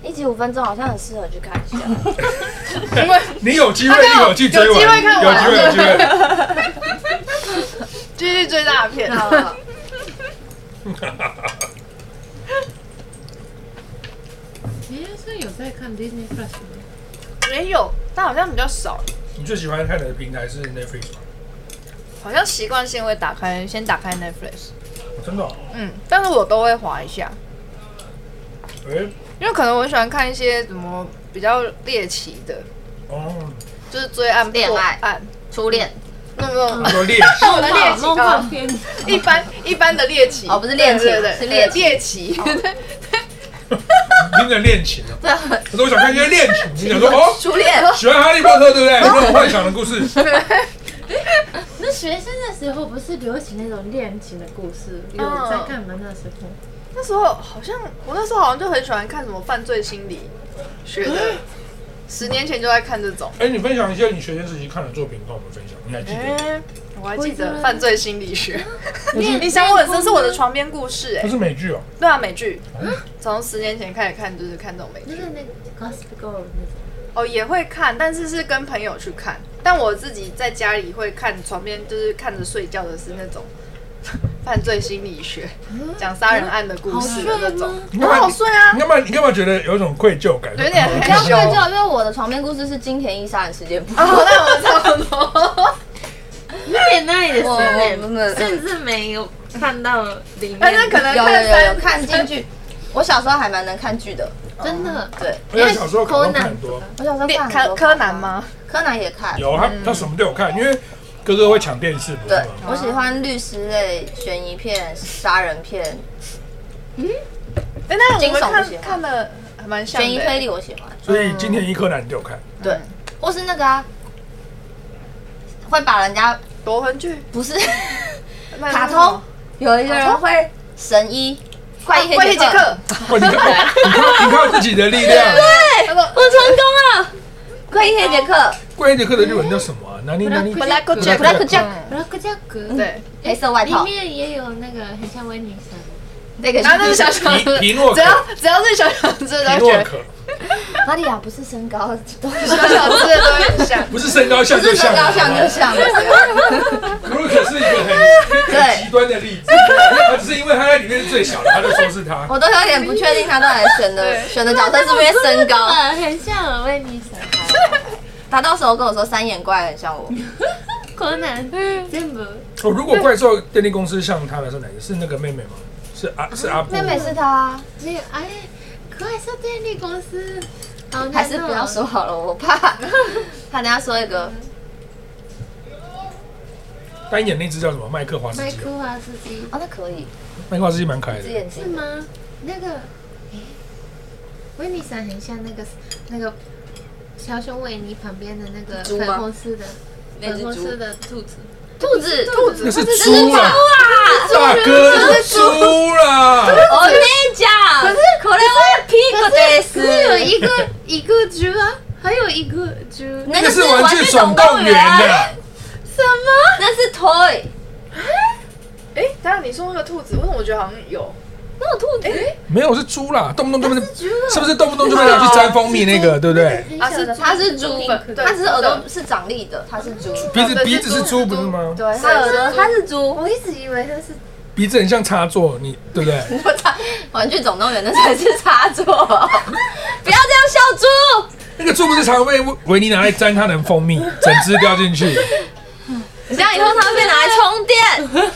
Speaker 2: 一集五分钟好像很适合去看一下。
Speaker 3: 因为
Speaker 1: 你有机会一口气追完，
Speaker 3: 有机会看完
Speaker 1: 有机会有机会。
Speaker 3: 继续追大片。
Speaker 2: 呃
Speaker 4: 你是有在看 Disney Plus 吗？
Speaker 3: 没有，但好像比较少，
Speaker 1: [laughs] 你最喜欢看的平台是 Netflix 吗？
Speaker 3: 好像习惯性会打开，先打开 Netflix。
Speaker 1: 哦真的哦，
Speaker 3: 嗯，但是我都会划一下，
Speaker 1: 哎，
Speaker 3: 因为可能我喜欢看一些什么比较猎奇的，
Speaker 1: 哦，
Speaker 3: 就是追案、
Speaker 2: 恋爱
Speaker 3: 破案，
Speaker 2: 初恋
Speaker 3: 那
Speaker 4: 嗯
Speaker 3: 种
Speaker 1: 很多猎
Speaker 3: 我的猎
Speaker 4: 哦
Speaker 3: 奇
Speaker 4: 梦
Speaker 3: 啊
Speaker 4: 幻，片。
Speaker 3: 一般一般的猎奇
Speaker 2: 哦不是猎奇
Speaker 3: 对对对
Speaker 2: 是猎奇哦
Speaker 3: 猎奇，对
Speaker 1: 你听着恋情哦，可是我想看一些恋情，你
Speaker 3: [laughs]
Speaker 1: 想说哦，
Speaker 2: 初恋，
Speaker 1: 喜欢哈利波特对不对？那种幻想的故事，
Speaker 4: 那学生的时候不是流行那种恋情的故事，有在看吗？那时候
Speaker 3: [laughs] 那时候好像我那时候好像就很喜欢看什么犯罪心理学
Speaker 2: 啊
Speaker 3: 的，十年前就在看这种。
Speaker 1: 哎，你分享一些你学生时期看的作品跟我们分享，你还记得？
Speaker 3: 哎，我还记
Speaker 4: 我已
Speaker 3: 得
Speaker 4: 经
Speaker 3: 犯罪心
Speaker 2: [laughs]
Speaker 3: 理学。你你想我很深，是我的床边故事哎、
Speaker 1: 这是美剧哦，
Speaker 3: 对啊，美剧，从十年前开始看，就是看这种美
Speaker 4: 就
Speaker 3: 剧。
Speaker 4: 是那个 Gossip Girl 那种。
Speaker 3: 哦，也会看，但是是跟朋友去看。但我自己在家里会看床边，就是看着睡觉的是那种 [laughs] 犯罪心理学，
Speaker 2: 啊
Speaker 3: 讲杀人案的故事的那种，
Speaker 1: 你
Speaker 3: 很
Speaker 1: 干嘛
Speaker 3: 好睡啊
Speaker 1: 你，干嘛？你干嘛觉得有一种愧疚感？
Speaker 3: 有点害
Speaker 2: 要
Speaker 3: 羞。
Speaker 2: 睡觉，因为我的床边故事是金田一杀人事件簿。
Speaker 3: 哦，那
Speaker 2: [laughs]
Speaker 3: 我差不多。
Speaker 4: 有点那也
Speaker 2: 我
Speaker 4: 是，
Speaker 2: 们的
Speaker 4: 甚至没有看到里面。
Speaker 3: 但是可能
Speaker 2: 有有
Speaker 3: 看
Speaker 2: 有有
Speaker 3: 三
Speaker 2: 看京剧，我小时候还蛮能看剧的。
Speaker 4: 真的
Speaker 2: 对，
Speaker 1: 而且小时候可能看很多，
Speaker 2: 我小时候看很
Speaker 3: 柯
Speaker 2: 多
Speaker 3: 柯南？吗？
Speaker 2: 柯南也看。
Speaker 1: 有
Speaker 3: 嗯
Speaker 1: 他他什么都有看，因为哥哥会抢电视，不是
Speaker 2: 对
Speaker 1: 吗？，
Speaker 2: 我喜欢律师类、悬疑片、杀人片、
Speaker 3: 哎，那我
Speaker 2: 惊
Speaker 3: 们
Speaker 2: 悚不
Speaker 3: 看
Speaker 2: 喜欢
Speaker 3: 看的还蛮像的
Speaker 2: 悬疑
Speaker 3: 欸。
Speaker 2: 推理，我喜欢。
Speaker 1: 所以
Speaker 3: 嗯
Speaker 1: 今天一柯南你都有看，
Speaker 2: 对，或是那个啊，会把人家
Speaker 3: 夺魂剧，
Speaker 2: 不 [laughs] 是
Speaker 3: 那
Speaker 2: 卡
Speaker 3: 是什
Speaker 2: 通
Speaker 3: 么，
Speaker 2: 有一个人会神医，怪医
Speaker 3: 怪
Speaker 2: 啊黑
Speaker 3: 黑
Speaker 2: 杰
Speaker 3: 杰
Speaker 2: 克，
Speaker 3: 克，
Speaker 1: 哇，你
Speaker 3: [laughs]
Speaker 1: 靠，你靠，你靠自己的力量。
Speaker 3: 他说
Speaker 2: 我成功了，怪医黑杰克，
Speaker 1: 怪异杰克的日文叫什么啊？哪里哪里？
Speaker 3: Black Jack
Speaker 2: Black Jack，
Speaker 4: Rock
Speaker 2: 嗯
Speaker 4: Jack，，
Speaker 3: 对，
Speaker 2: 黑色外
Speaker 4: 里
Speaker 2: 套，
Speaker 4: 面也有那个很像威尼斯。
Speaker 2: 那个
Speaker 3: 然后那是小小
Speaker 1: 皮皮诺
Speaker 3: 只
Speaker 1: 可，
Speaker 3: 要只要是小小只的
Speaker 1: 皮
Speaker 3: 都觉
Speaker 1: 诺
Speaker 3: 得
Speaker 1: 可
Speaker 2: 玛利亚啊不是身高，都是
Speaker 3: 小小只的都
Speaker 2: [laughs]
Speaker 3: 很像，
Speaker 1: 不是身高像就像，啊
Speaker 2: 像，
Speaker 1: 皮诺可是一个 [laughs] 很很
Speaker 2: 对
Speaker 1: 极端的例子，他只是因为他在里面是最小的，他就说是 [laughs] 他。
Speaker 2: 我都有点不确定他到底选的
Speaker 3: 对
Speaker 2: 选的角色是不是因为身高。
Speaker 4: 啊，很像威尼斯。
Speaker 2: 他到时候跟我说三眼怪很像我，
Speaker 4: 柯南全部。
Speaker 1: 哦，如果怪兽电力公司像他的是哪个？是那个妹妹吗？是阿嗯是阿布吗？
Speaker 2: 他，
Speaker 4: 没有哎，怪兽电力公司。好难哦
Speaker 2: 还是不要说。好了，我 [laughs] 怕他等下说一个
Speaker 1: 单眼那只叫什么？麦克华斯
Speaker 4: 麦
Speaker 1: 基。
Speaker 4: 克华斯基
Speaker 2: 哦，那可以，
Speaker 1: 麦克华斯基蛮可爱
Speaker 2: 是
Speaker 1: 的。
Speaker 2: 眼
Speaker 4: 是
Speaker 2: 睛的，
Speaker 4: 吗？那个，哎威尼斯很像那个那个小熊维尼旁边的那个
Speaker 2: 猪吗
Speaker 4: 粉红色的
Speaker 2: 那
Speaker 4: 粉
Speaker 2: 只
Speaker 4: 红色
Speaker 2: 猪，
Speaker 4: 的兔子。
Speaker 2: 兔子，啊兔
Speaker 1: 那
Speaker 2: 子，
Speaker 1: 是猪啦，大哥那是猪啦，
Speaker 2: 我跟你讲，可是可能我屁股得
Speaker 4: 可是有
Speaker 2: 死，
Speaker 4: 一个一个猪啊，还有一个猪。
Speaker 2: 那
Speaker 1: 那是玩具总动员啊的。
Speaker 2: 什么？那是 toy，
Speaker 3: 哎，等一下你说那个兔子，为什么我觉得好像有？
Speaker 2: 那有兔子，
Speaker 1: 没有是猪啦，动不动就被是不是动不动就被拿去沾蜂蜜那个，对不对？
Speaker 3: 啊是
Speaker 2: 它是猪
Speaker 3: 粉，对
Speaker 2: 它只是耳
Speaker 3: 猪
Speaker 2: 朵是长立的，它是猪，
Speaker 1: 鼻子
Speaker 3: 对
Speaker 1: 鼻哦子是猪
Speaker 3: 是猪
Speaker 1: 不是吗？
Speaker 2: 对，它耳朵它是猪，
Speaker 4: 我一直以为它是
Speaker 1: 鼻子很像插座，你对不对？
Speaker 2: 我操，玩具总动员那才是插 [laughs] 座，不要这样笑猪。
Speaker 1: 那个猪不是常被维尼拿来沾它的蜂蜜，整只掉进去，
Speaker 2: 你这样以后它会被拿来充电，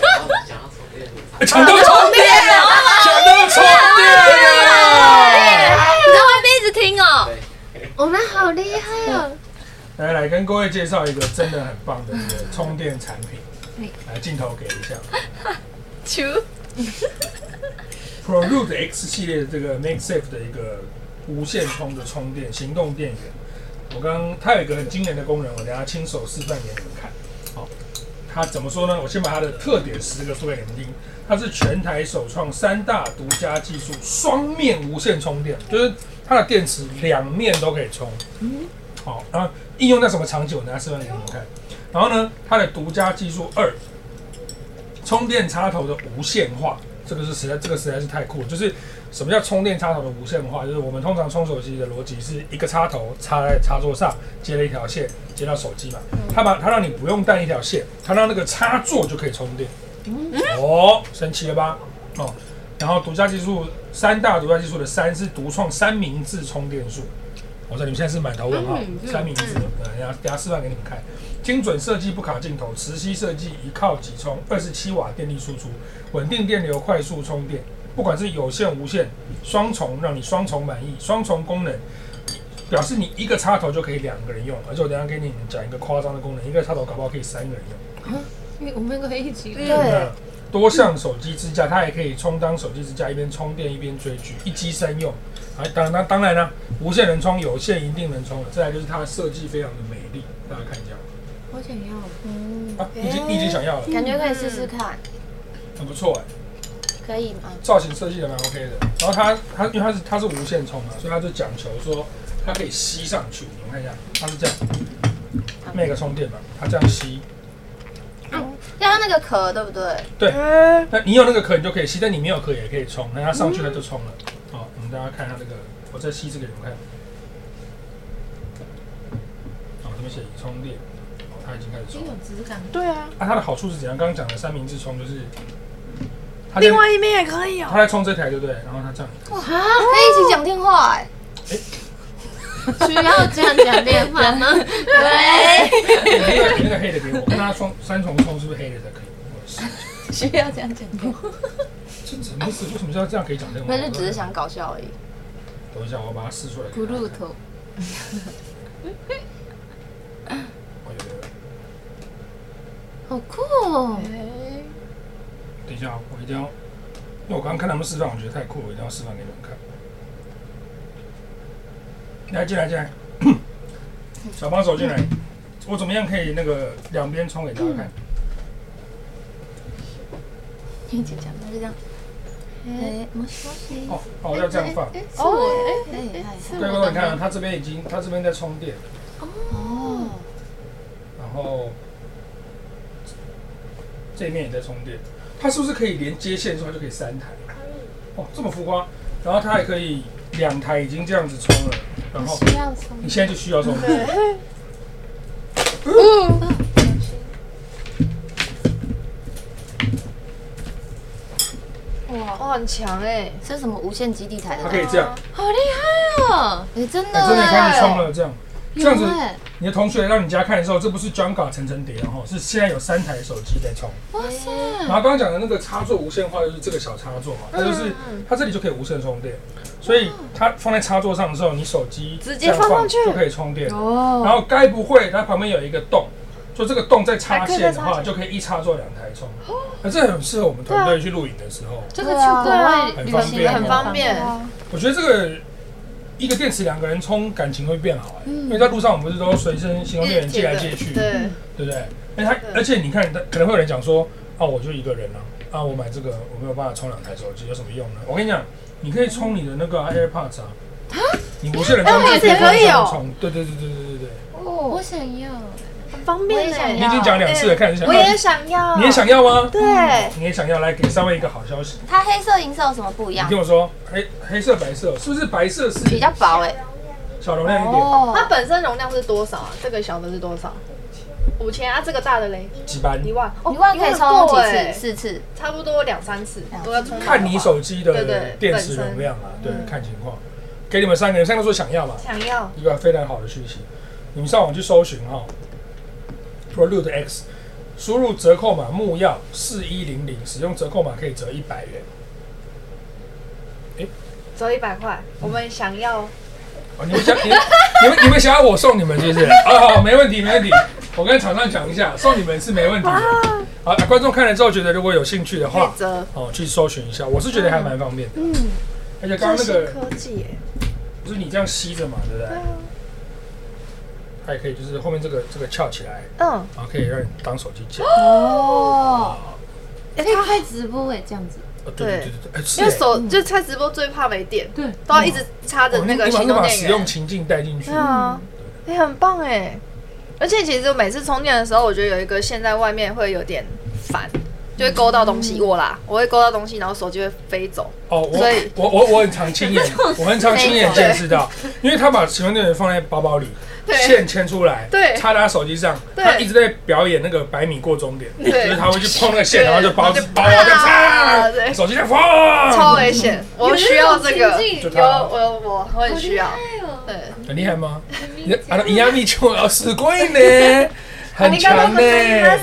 Speaker 1: 抢到充电了，抢到啊充电了！
Speaker 2: 你在外面一直听哦。
Speaker 4: 我们好厉害哦！
Speaker 1: 来来，跟各位介绍一个真的很棒的一个充电产品，来镜头给一下
Speaker 2: 球，
Speaker 1: ，ProRoot X 系列的这个 MakeSafe 的一个无线充的充电行动电源。我刚刚它有一个很惊人的功能，我等一下亲手示范给你们看。好，它怎么说呢？我先把它的特点十个说给你们听。它是全台首创三大独家技术双面无线充电，就是它的电池两面都可以充。好，然后应用在什么场景？我拿示范给你们看。然后呢，它的独家技术二，充电插头的无线化，这个是实在这个实在是太酷了。就是什么叫充电插头的无线化？就是我们通常充手机的逻辑是一个插头插在插座上，接了一条线接到手机嘛。它把它让你不用带一条线，它让那个插座就可以充电。哦，神奇了吧？哦，然后独家技术三大独家技术的三是独创三明治充电术。我说你们现在是满头问号，三明治，呃，等下等下示范给你们看。精准设计不卡镜头，磁吸设计一靠即充，二十七瓦电力输出，稳定电流快速充电。不管是有线、无线，双重让你双重满意，双重功能表示你一个插头就可以两个人用。而且我等一下给你们讲一个夸张的功能，一个插头搞不好可以三个人用。
Speaker 4: 我们可以一起。
Speaker 2: 对，
Speaker 1: 多项手机支架，它还可以充当手机支架，一边充电一边追剧，一机三用。啊，当然，当然啦、无线能充，有线一定能充。再来就是它的设计非常的美丽，大家看一下
Speaker 4: 我想要。
Speaker 1: 啊，你已经你已经想要了，
Speaker 2: 感觉可以试试看，
Speaker 1: 很不错哎、
Speaker 2: 可以吗？
Speaker 1: 造型设计的蛮 OK 的。然后它它因为它是它是无线充嘛，所以它就讲求说它可以吸上去。你们看一下，它是这样，那个充电嘛，它这样吸，
Speaker 2: 要用那个壳，对不对？
Speaker 6: 哦
Speaker 1: 那你有那个壳，你就可以吸；但你没有壳也可以冲，那它上去了就冲了。
Speaker 2: 嗯
Speaker 1: 好，我们大家看它这个，我再吸这个给你们看。好，哦这边写已充电，好它已经开始
Speaker 2: 哎
Speaker 1: 充了。
Speaker 4: 质感。
Speaker 3: 对啊，
Speaker 1: 啊，它的好处是怎样？刚刚讲的三明治冲就是，它在
Speaker 3: 另外一面也可以哦，
Speaker 1: 它在冲这台，对不对？然后它
Speaker 2: [laughs]
Speaker 1: 这样，
Speaker 2: 可以一起讲电话哎。
Speaker 4: 需要这样讲电话吗？
Speaker 2: 对，
Speaker 1: 你那个哎你那个黑的给我，跟它双三重冲是不是黑的才可
Speaker 2: [laughs]
Speaker 1: 以？我试一下
Speaker 2: 需要这样讲电话？
Speaker 1: 这什么意思？为什么要这样可以讲这种？
Speaker 2: 没有，就只是想搞笑而已。
Speaker 1: 等一下，我把它试出来给
Speaker 4: 葫
Speaker 1: 大家看。
Speaker 4: 芦头。
Speaker 1: 哦有有有
Speaker 4: 好酷哦！
Speaker 1: 等一下，我一定要，因为我刚刚看他们示范，我觉得太酷了，我一定要示范给你们看。来，进来，进来，
Speaker 6: 嗯嗯
Speaker 1: 小帮手进来，我怎么样可以那个两边冲给大家看？
Speaker 6: 听起讲，他就这样。哎，没事没事。
Speaker 1: 哦，哦，要这样放。
Speaker 3: 哦，哎，
Speaker 6: 哎哎
Speaker 1: 对，各位你看，啊它这边已经，它这边在充电了，
Speaker 6: 哦，
Speaker 1: 然后这面也在充电。它是不是可以连接线之后它就可以三台？哦，这么浮夸。然后它还可以两台已经这样子充了，然后
Speaker 4: 需要充
Speaker 1: 你现在就需要充电。
Speaker 3: 哇，很强哎，
Speaker 6: 这是什么无线基地台的
Speaker 1: 它
Speaker 6: 吧？
Speaker 1: 可以这样，
Speaker 6: 好厉害哦！哎，真的
Speaker 1: 哎，真的开始充
Speaker 6: 哎，
Speaker 1: 了这样。这样子
Speaker 6: 有
Speaker 4: 欸
Speaker 6: 哎
Speaker 1: 你的同学来到你家看的时候，这不是 j a n g a 层层叠，然后是现在有三台手机在充。
Speaker 6: 哇塞，
Speaker 1: 然后刚刚讲的那个插座无线化就是这个小插座嘛，它
Speaker 3: 嗯
Speaker 1: 就是它这里就可以无线充电，所以它放在插座上的时候，你手机
Speaker 3: 直接
Speaker 1: 这样
Speaker 3: 放上去
Speaker 1: 就可以充电。
Speaker 6: 哦，
Speaker 1: 然后该不会它旁边有一个洞，就这个洞再插线的
Speaker 3: 还可以再插哦
Speaker 1: 话，
Speaker 3: 线
Speaker 1: 就可以一插座两台充。啊，这很适合我们团队去露营的时候，
Speaker 3: 这个球对啊，
Speaker 1: 很
Speaker 6: 旅
Speaker 1: 方
Speaker 6: 行
Speaker 1: 便
Speaker 3: 很方便，
Speaker 1: 我觉得这个一个电池两个人充感情会变好、欸，
Speaker 3: 嗯
Speaker 1: 因为在路上我们不是都随身行动电源借来借去，
Speaker 3: 对，
Speaker 1: 对不对？哎，他
Speaker 3: 对
Speaker 1: 而且你看，他可能会有人讲说，啊，我就一个人啊，啊，我买这个我没有办法充两台手机，有什么用呢？我跟你讲，你可以充你的那个 AirPods 啊，你无线的装置
Speaker 3: 哎我也可以嗯哦
Speaker 1: 充，对对对对对对对，
Speaker 4: 我想要，
Speaker 3: 很方
Speaker 4: 我
Speaker 3: 便
Speaker 4: 也
Speaker 2: 欸
Speaker 4: 想
Speaker 1: 你
Speaker 4: 要
Speaker 1: 已经讲两次了，
Speaker 3: 哎
Speaker 1: 看你想
Speaker 3: 我也
Speaker 1: 要，
Speaker 3: 想要，嗯
Speaker 1: 你也想要吗？
Speaker 3: 对，
Speaker 1: 你也想要，来给三位一个好消息，
Speaker 6: 它黑色银色有什么不一
Speaker 1: 你
Speaker 6: 样？
Speaker 1: 听我说，黑黑色白色是不是白色是
Speaker 6: 比较薄哎。
Speaker 1: 小容量一点，
Speaker 3: 它
Speaker 6: 哦，
Speaker 3: 本身容量是多少啊？这个小的是多少？五千啊，这个大的嘞，
Speaker 1: 几班？
Speaker 3: 一万，哦
Speaker 6: 一万可以充
Speaker 3: 够
Speaker 6: 几
Speaker 3: 哎
Speaker 6: 次？四次。
Speaker 3: 差不多两三次都要充。
Speaker 1: 看你手机
Speaker 3: 对
Speaker 1: 的
Speaker 3: 对
Speaker 1: 电池容量啊，对，看情况。给你们三个人，三个说想要嘛，
Speaker 3: 想要，
Speaker 1: 一个非常好的讯息，你们上网去搜寻哈、Prolude X，输入折扣码木曜四一零零，使用折扣码可以折一百元。
Speaker 3: 折一百块，我们想要
Speaker 1: 哦，你们想你们你们你们想要我送你们是不是？哦，好，没问题没问题，我跟厂商讲一下，送你们是没问题的。好、啊观众看了之后觉得如果有兴趣的
Speaker 3: 可
Speaker 1: 话
Speaker 3: 以，折。
Speaker 1: 哦，去搜寻一下，我是觉得还蛮方便的。嗯，而且刚刚那
Speaker 3: 这
Speaker 1: 个
Speaker 3: 是科技耶，啊
Speaker 1: 不是你这样吸着嘛，对不对？还可以就是后面这个这个翘起来，
Speaker 3: 嗯，
Speaker 1: 然后可以让你当手机架。
Speaker 6: 哦，
Speaker 4: 可以开直播哎，这样子。
Speaker 1: 哦对对对对，哎是
Speaker 3: 因为
Speaker 1: 哎
Speaker 3: 手就是开直播最怕没电，
Speaker 4: 对，
Speaker 3: 都要一直插着
Speaker 1: 哦
Speaker 3: 那个
Speaker 1: 你把
Speaker 3: 行
Speaker 1: 你
Speaker 3: 动
Speaker 1: 把
Speaker 3: 电
Speaker 1: 使用嗯
Speaker 3: 源。
Speaker 1: 情境带进去
Speaker 3: 对，啊，哎，很棒哎！而且其实我每次充电的时候，我觉得有一个现在外面会有点烦，就会勾到东西。我啦，我会勾到东西，然后手机会飞走。
Speaker 1: 哦，
Speaker 3: 所
Speaker 1: 我
Speaker 3: 以
Speaker 1: 我我我很常亲
Speaker 3: [laughs]
Speaker 1: 眼，我很常亲眼见识到，因为他把使用电源放在包包里，
Speaker 3: 对
Speaker 1: 线牵出来，
Speaker 3: 对
Speaker 1: 插在他手机上，
Speaker 3: 对
Speaker 1: 他一直在表演那个百米过终点，就
Speaker 3: 对
Speaker 1: 是他会去碰那个线，
Speaker 3: 对
Speaker 1: 然后就包
Speaker 3: 然后就
Speaker 1: 包这样
Speaker 3: 啪
Speaker 1: 嚓，
Speaker 3: 对
Speaker 1: 手机这样哇，
Speaker 3: 超哎危险，我需要这个，
Speaker 1: 就它
Speaker 3: 有我有我我很需要，对，
Speaker 1: 很厉害吗？你啊，那一样米球啊，すごい
Speaker 3: [laughs]
Speaker 1: ね，
Speaker 3: 啊
Speaker 1: 很强呢。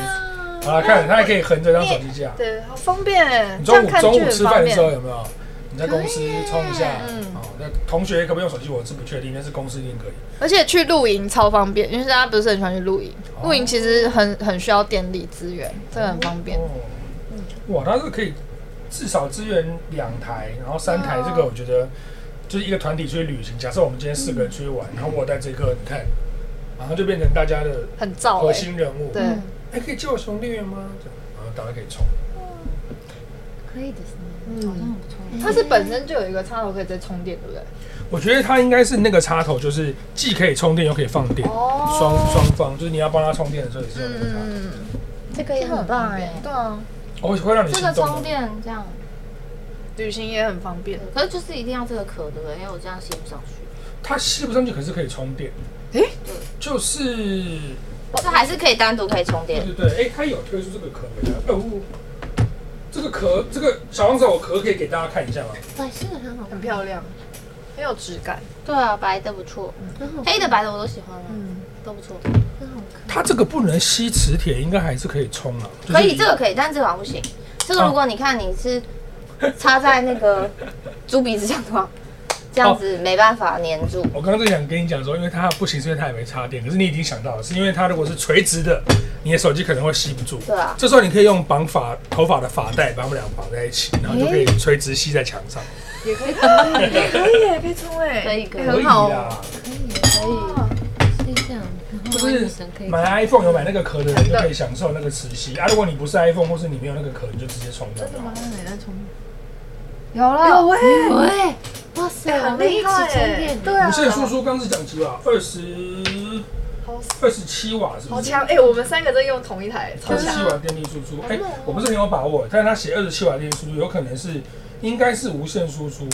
Speaker 1: 好了，看他还可以横着当手机架。
Speaker 3: 对，好方便
Speaker 1: 你，
Speaker 3: 这
Speaker 1: 中
Speaker 3: 样
Speaker 1: 午
Speaker 3: 看
Speaker 1: 中
Speaker 3: 剧
Speaker 1: 午
Speaker 3: 很
Speaker 1: 吃
Speaker 3: 方
Speaker 1: 饭的时候
Speaker 3: 便。
Speaker 1: 有没有？你在公司充一下
Speaker 3: 嗯，
Speaker 1: 哦，那同学可不可以用手机？我是不确定，但是公司一定可以。
Speaker 3: 而且去露营超方便，因为大家不是很喜欢去露营，
Speaker 1: 哦
Speaker 3: 露营其实很很需要电力资源，这个很方便
Speaker 1: 哦。，哇，它是可以至少支援两台，然后三台，这个
Speaker 3: 哦
Speaker 1: 我觉得就是一个团体出去旅行。假设我们今天四个人出去玩，
Speaker 3: 嗯
Speaker 1: 然后我带这个，你看，马上就变成大家的
Speaker 3: 很燥
Speaker 1: 核
Speaker 3: 哎、
Speaker 1: 心人物。
Speaker 3: 对，
Speaker 1: 哎，可以借我熊电源吗？这样，然后大家可以充。
Speaker 4: 可以的，
Speaker 3: 嗯，它是本身就有一个插头可以再充电，对不对？
Speaker 1: 我觉得它应该是那个插头，就是既可以充电又可以放电，
Speaker 3: 哦
Speaker 1: 双双方就是你要帮他充电的时候也是用这个插头，
Speaker 3: 嗯，
Speaker 6: 这个也很棒哎。
Speaker 3: 对啊，
Speaker 1: 哦，会让你
Speaker 6: 这
Speaker 1: 心
Speaker 6: 个
Speaker 1: 动
Speaker 6: 充
Speaker 1: 吗。
Speaker 6: 电这样，
Speaker 3: 旅行也很方便。
Speaker 6: 可是就是一定要这个壳对不对？因为我这样吸不上去。
Speaker 1: 它吸不上去，可是可以充电。
Speaker 3: 诶
Speaker 1: 就是
Speaker 6: 这还是可以单独可以充
Speaker 1: 对
Speaker 6: 电。
Speaker 1: 对对，哎、它有推出这个壳给大家。哦，这个壳，这个小王子，我壳可以给大家看一下吗？
Speaker 4: 白色很好看，
Speaker 3: 很漂亮，很有质感。
Speaker 6: 对啊，白的不错，
Speaker 4: 很好看，
Speaker 6: 黑的白的我都喜欢啊，
Speaker 3: 嗯，
Speaker 6: 都不错。
Speaker 4: 很好看。
Speaker 1: 它这个不能吸磁铁，应该还是可以充啊。就是哦
Speaker 6: 可以，这个可以，但这个好像不行。这个如果你看你是插在那个猪鼻子上
Speaker 1: [laughs]
Speaker 6: 的话，这样子没办法粘住。
Speaker 1: 我刚刚正想跟你讲说，因为它不行，是因为它还没插电。可是你已经想到了，是因为它如果是垂直的，你的手机可能会吸不住。
Speaker 6: 对啊
Speaker 1: 这时候你可以用绑发头发的发带把它们俩绑在一起，然后就可以垂直吸在墙上。
Speaker 3: 也可以，也可以耶，可以充哎，
Speaker 6: 可以可以
Speaker 3: 哎很好
Speaker 1: 可以啊
Speaker 3: 哦。
Speaker 1: 啦
Speaker 4: 可以，可以，是这样。
Speaker 3: 不
Speaker 1: 不
Speaker 4: 为女
Speaker 1: 是
Speaker 4: 生可以
Speaker 1: 买 iPhone 有买那个壳的人就可以享受那个磁吸啊？如果你不是 iPhone 或是你没有那个壳，你就直接冲掉
Speaker 7: 真
Speaker 1: 就
Speaker 7: 的
Speaker 1: 好
Speaker 7: 吗？
Speaker 1: 了。
Speaker 7: 那你在充？
Speaker 6: 有了，
Speaker 4: 喂，哇塞，
Speaker 3: 哎
Speaker 4: 我
Speaker 3: 很
Speaker 4: 们一
Speaker 3: 厉
Speaker 4: 起
Speaker 3: 害
Speaker 4: 充
Speaker 3: 哎
Speaker 4: 电呢，
Speaker 3: 对啊
Speaker 1: 我们现在说说刚是讲几瓦？二十
Speaker 3: 好
Speaker 1: 二十七瓦是
Speaker 3: 好
Speaker 1: 不是？
Speaker 3: 强！哎、我们三个真用同一台，超
Speaker 1: 二十
Speaker 3: 强！
Speaker 1: 七瓦电力输出，哎、我不是很有把握，但是他写二十七瓦电力输出，有可能是应该是无线输出。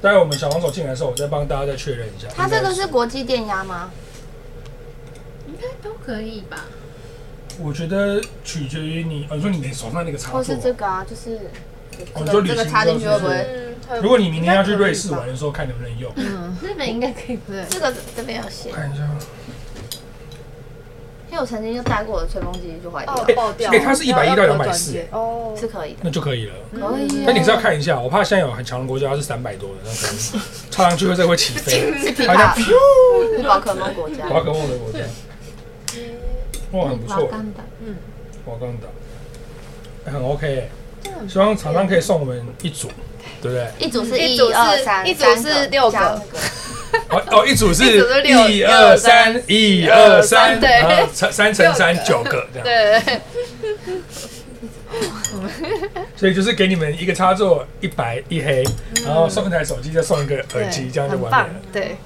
Speaker 1: 待会我们小王走进来的时候，我再帮大家再确认一下。
Speaker 6: 它这个是
Speaker 1: 应该
Speaker 6: 国际电压吗？
Speaker 4: 应该都可以吧？
Speaker 1: 我觉得取决于你，哦，你说你手上那个插座
Speaker 6: 或
Speaker 1: 啊，
Speaker 6: 是这个啊，就是
Speaker 1: 哦
Speaker 6: 这
Speaker 1: 你
Speaker 6: 个
Speaker 1: 说旅
Speaker 6: 这
Speaker 1: 行
Speaker 6: 个插进去会不会？
Speaker 3: 嗯，
Speaker 1: 如果你明天要去瑞士玩的时候，看能不能用。
Speaker 4: 日本应该可以吧？
Speaker 3: 对，
Speaker 6: 这个这边有写，
Speaker 1: 看一下，
Speaker 6: 因为我曾经就带过我的吹风机就坏掉
Speaker 3: 哦
Speaker 6: 了，，
Speaker 3: 爆掉！
Speaker 1: 哎它是110到240
Speaker 3: 哦，
Speaker 6: 是可以的，
Speaker 1: 那就可以了。
Speaker 6: 可以啊。
Speaker 1: 但你是要看一下，我怕现在有很强的国家是三百多的，那可能插上去会再会起
Speaker 3: [laughs]
Speaker 1: 飞。
Speaker 6: 啊是皮
Speaker 1: 好像
Speaker 6: 卡，是宝可梦国家。
Speaker 1: 宝可梦的国家，哇，很不
Speaker 4: 瓦
Speaker 1: 错，
Speaker 4: 干达，
Speaker 1: 瓦岗岛，哎很 OK，欸希望厂商可以送我们一组，对不对？
Speaker 6: 一组是
Speaker 3: 一组是
Speaker 6: 二三，
Speaker 3: 一组
Speaker 6: 三
Speaker 3: 是六个
Speaker 6: 加那个，
Speaker 1: 哦哦，一组是
Speaker 3: [laughs] 一组是六
Speaker 1: 一二三
Speaker 3: 六，
Speaker 1: 一二三，
Speaker 3: 三对
Speaker 1: 然后乘三乘三
Speaker 3: 六个
Speaker 1: 九个这样，
Speaker 3: 对，
Speaker 1: 所以就是给你们一个插座，一白一黑，然后送一台手机，再送一个耳机，这样就
Speaker 3: 嗯很
Speaker 1: 完
Speaker 3: 棒
Speaker 1: 美了。，
Speaker 3: 对，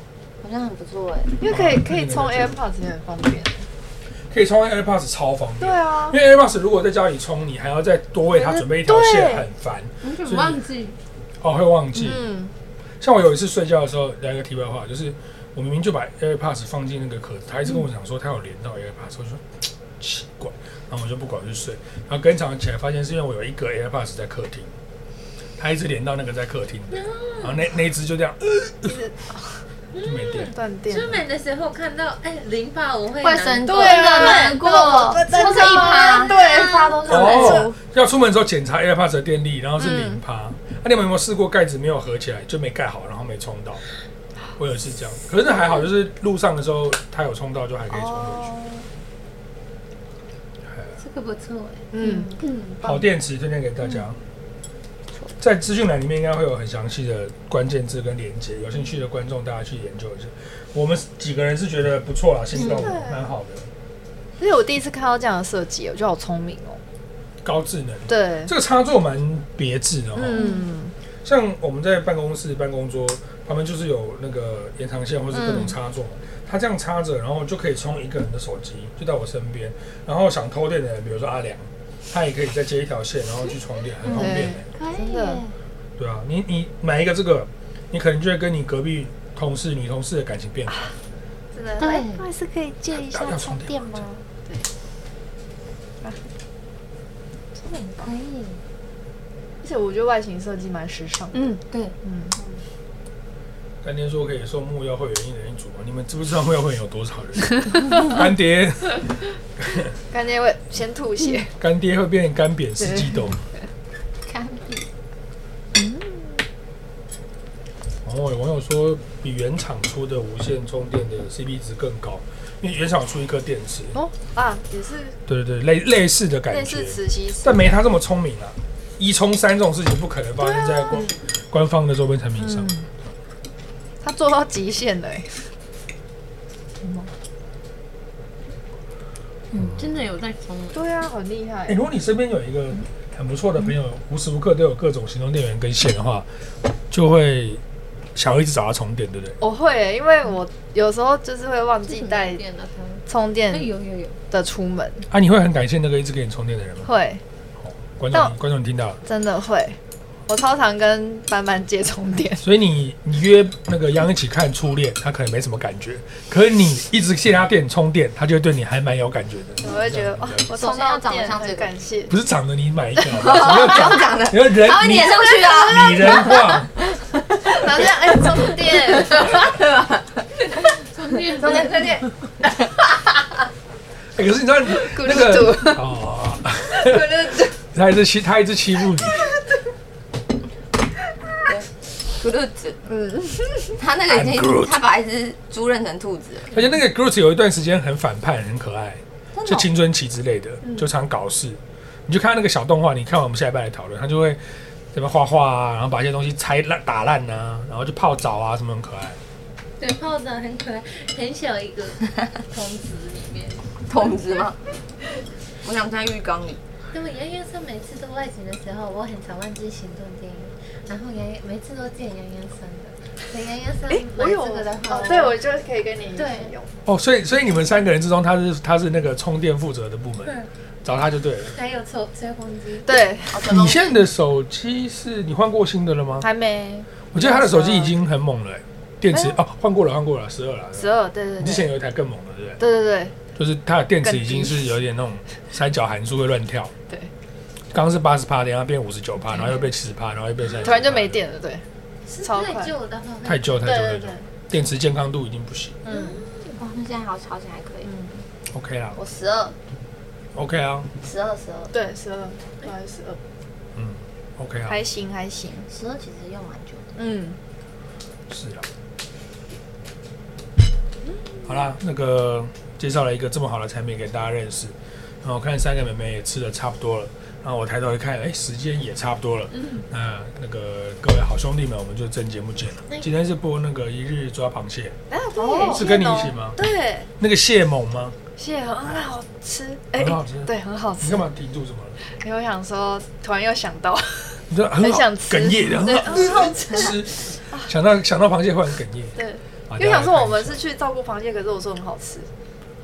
Speaker 6: 好像很不错哎。
Speaker 3: 因为可以可以充 AirPods 也很方便。
Speaker 1: 可以充 AirPods 超方
Speaker 3: 对
Speaker 1: 便。
Speaker 3: 啊，
Speaker 1: 因为 AirPods 如果在家里充，你还要再多为它准备一条线，很烦
Speaker 4: 你怎么忘记？
Speaker 1: 哦，会忘记。
Speaker 3: 嗯，
Speaker 1: 像我有一次睡觉的时候，来个题外话，就是我明明就把 AirPods 放进那个壳子，他一直跟我讲说他有连到 AirPods，我就说嘖奇怪，然后我就不管我就睡，然后隔天早上起来发现是因为我有一个 AirPods 在客厅，他一直连到那个在客厅的，然后那那一只就这样，呃就没电。
Speaker 3: 断电。
Speaker 4: 出门的时候看到哎零八我会
Speaker 6: 会
Speaker 4: 拿
Speaker 6: 生
Speaker 3: 对啊
Speaker 6: 真的难过，
Speaker 3: 真的哦
Speaker 6: 或者一趴，
Speaker 3: 对
Speaker 6: 一
Speaker 1: 啊
Speaker 6: 趴都是难过。
Speaker 1: 哦，要出门的时候检查 AirPods 的电力，然后
Speaker 3: 嗯
Speaker 1: 是零趴。那、你们有没有试过盖子没有合起来就没盖好，然后没充到？我有一次这样，可是那还好，就是路上的时候它有充到，就还可以充回去。
Speaker 3: 哦
Speaker 4: 这个不错哎，
Speaker 3: 嗯，
Speaker 1: 好电池推荐给大家。在资讯栏里面应该会有很详细的关键字跟连接，有兴趣的观众大家去研究一下。我们几个人是觉得不错啦，心动
Speaker 3: 真的
Speaker 1: 蛮好的，
Speaker 3: 这是我第一次看到这样的设计，我觉得好聪明哦。
Speaker 1: 高智能。
Speaker 3: 对，
Speaker 1: 这个插座蛮别致的哈、哦
Speaker 3: 嗯，
Speaker 1: 像我们在办公室办公桌旁边就是有那个延长线或是各种插座，它这样插着，然后就可以充一个人的手机，就在我身边。然后想偷电的人，比如说阿良，他也可以再接一条线，然后去充电，很方便、欸。
Speaker 4: 可以
Speaker 3: 真的
Speaker 4: 耶
Speaker 1: 对啊，你你买一个这个，你可能就会跟你隔壁同事、女同事的感情变好。
Speaker 3: 真的。哎
Speaker 4: 对，
Speaker 7: 还是可以借一
Speaker 1: 要要充电吗？
Speaker 4: 可以，
Speaker 3: 而且我觉得外形设计蛮时尚的。
Speaker 4: 嗯，对，
Speaker 3: 嗯，
Speaker 1: 干爹说可以送木曜会员一人一组吗？你们知不知道木曜会员有多少人？干爹，
Speaker 3: 干爹会先吐血。
Speaker 1: 干爹会变干扁四季豆。
Speaker 4: 干比
Speaker 3: 嗯
Speaker 1: 然哦后有网友说，比原厂出的无线充电的 CP 值更高，因为原厂出一颗电池。
Speaker 3: 哦啊，也是
Speaker 1: 对对对，类类似的感
Speaker 3: 类
Speaker 1: 觉
Speaker 3: 似，磁吸式
Speaker 1: 但没他这么聪明啊。一充三这种事情不可能发生在官、
Speaker 3: 嗯
Speaker 1: 官方的周边产品上。
Speaker 3: 他做到极限了、欸。
Speaker 4: 真的有在充哎，
Speaker 3: 对啊，很厉害
Speaker 1: 哎、。如果你身边有一个很不错的朋友，
Speaker 3: 嗯
Speaker 1: 无时无刻都有各种行动电源跟线的话，就会想要一直找他充电，对不对？
Speaker 3: 我会、欸，因为我有时候就是会忘记带
Speaker 4: 电了它，
Speaker 3: 充
Speaker 4: 哎
Speaker 3: 电
Speaker 4: 有有有，
Speaker 3: 的出门，
Speaker 1: 啊，你会很感谢那个一直给你充电的人吗？
Speaker 3: 会
Speaker 1: 观
Speaker 3: 但
Speaker 1: 众，观众，你听到了？
Speaker 3: 真的会。我超常跟班班借充电，
Speaker 1: 所以你你约那个央一起看初恋，他可能没什么感觉，可是你一直借他电充电，他就会对你还蛮有感觉的。
Speaker 3: [laughs] 我会觉得哇，我充到电很感谢。
Speaker 1: 不是长得你买
Speaker 3: [laughs]
Speaker 1: 一个，你要长长的，你要人，你
Speaker 6: 粘上去啊！
Speaker 1: 拟人化，
Speaker 3: 然后这样哎，充电，
Speaker 4: 充电
Speaker 3: 充电，充电，
Speaker 1: 欸可是你知道
Speaker 3: [laughs] 咕
Speaker 1: 那
Speaker 3: 噜
Speaker 1: 个
Speaker 3: 嘟， [laughs]
Speaker 1: 哦，
Speaker 3: 咕噜嘟，
Speaker 1: [laughs] 他一直欺他一直欺负你。
Speaker 6: g r o o 嗯，他那个已
Speaker 1: I'm Groot
Speaker 6: 经他把一只猪认成兔子了，
Speaker 1: 而且那个 Groot 有一段时间很反叛，很可爱，
Speaker 6: 真的
Speaker 1: 就
Speaker 6: 哦
Speaker 1: 青春期之类的，就常搞事。你就看那个小动画，你看完我们下一班来讨论，他就会怎么画画啊，然后把一些东西拆烂、打烂啊，然后就泡澡啊，什么很可爱。
Speaker 4: 对，泡的很可爱，很小一 [laughs] 个桶子里面。
Speaker 6: 桶子吗？我想在浴缸里。
Speaker 4: 那么洋洋说每次都外景的时候，我很常忘记行动电源，然后洋洋每次都借洋洋生的，所以洋洋生买这个的话，
Speaker 3: 哦，对，我就可以跟你一起
Speaker 4: 对
Speaker 3: 用。
Speaker 1: 哦，所以所以你们三个人之中，他是他是那个充电负责的部门
Speaker 4: 嗯，
Speaker 1: 找他就对了。
Speaker 4: 还有抽吹风机，
Speaker 3: 对，
Speaker 1: 你现在的手机是你换过新的了吗？
Speaker 3: 还没
Speaker 1: 我记得他的手机已经很猛了、欸，电池
Speaker 3: 哎
Speaker 1: 哦换过了，换过了，十二了。
Speaker 3: 十二，对对
Speaker 1: 你
Speaker 3: 对，
Speaker 1: 之前有一台更猛的，对不对？
Speaker 3: 对对对，
Speaker 1: 就是它的电池已经是有点那种三角函数会乱跳。
Speaker 3: 对，
Speaker 1: 刚刚是八十趴，等一下变五十九趴，然后又变七十趴，然后又变三。
Speaker 3: 突然就没。电了，对，
Speaker 4: 是
Speaker 3: 超
Speaker 4: 太
Speaker 3: 快
Speaker 4: 旧的话会
Speaker 1: 太旧太旧太
Speaker 3: 对对
Speaker 1: 旧
Speaker 3: 对，
Speaker 1: 电池健康度已经不行。
Speaker 3: 嗯，
Speaker 6: 哇，那现在好好像还可以。
Speaker 1: OK 啦
Speaker 6: 我十二，
Speaker 1: ，OK 啊
Speaker 6: 十二，十二，
Speaker 3: 对，十二，我还十二，
Speaker 1: ，OK 啊，
Speaker 3: 还行还行，
Speaker 6: 十二其实用蛮久的。
Speaker 3: 嗯，
Speaker 1: 是啊。好啦，那个介绍了一个这么好的产品给大家认识，然后看三个妹妹也吃的差不多了，然后我抬头一看，哎、时间也差不多了。
Speaker 3: 嗯
Speaker 1: 那那个各位好兄弟们，我们就真节目见了。今天是播那个一日抓螃蟹，
Speaker 3: 啊对，
Speaker 1: 是跟你一起吗
Speaker 3: 对，
Speaker 1: 那个蟹猛吗？
Speaker 3: 蟹很好吃，哎
Speaker 1: 很好吃
Speaker 3: 对，很好
Speaker 1: 你
Speaker 3: 吃
Speaker 1: 干。嘛停住？怎么了？
Speaker 3: 因为我想说，突然又想到，
Speaker 1: 你说很
Speaker 3: 很
Speaker 1: 好
Speaker 3: 想吃
Speaker 1: 哽咽的，
Speaker 3: 对啊
Speaker 1: 很好
Speaker 3: [laughs]
Speaker 1: 吃。想到想到螃蟹会很哽咽。啊
Speaker 3: 对，
Speaker 1: 好
Speaker 3: 因为想说我们，
Speaker 1: 大家来看一下
Speaker 3: 是去照顾螃蟹，可是我说很好吃，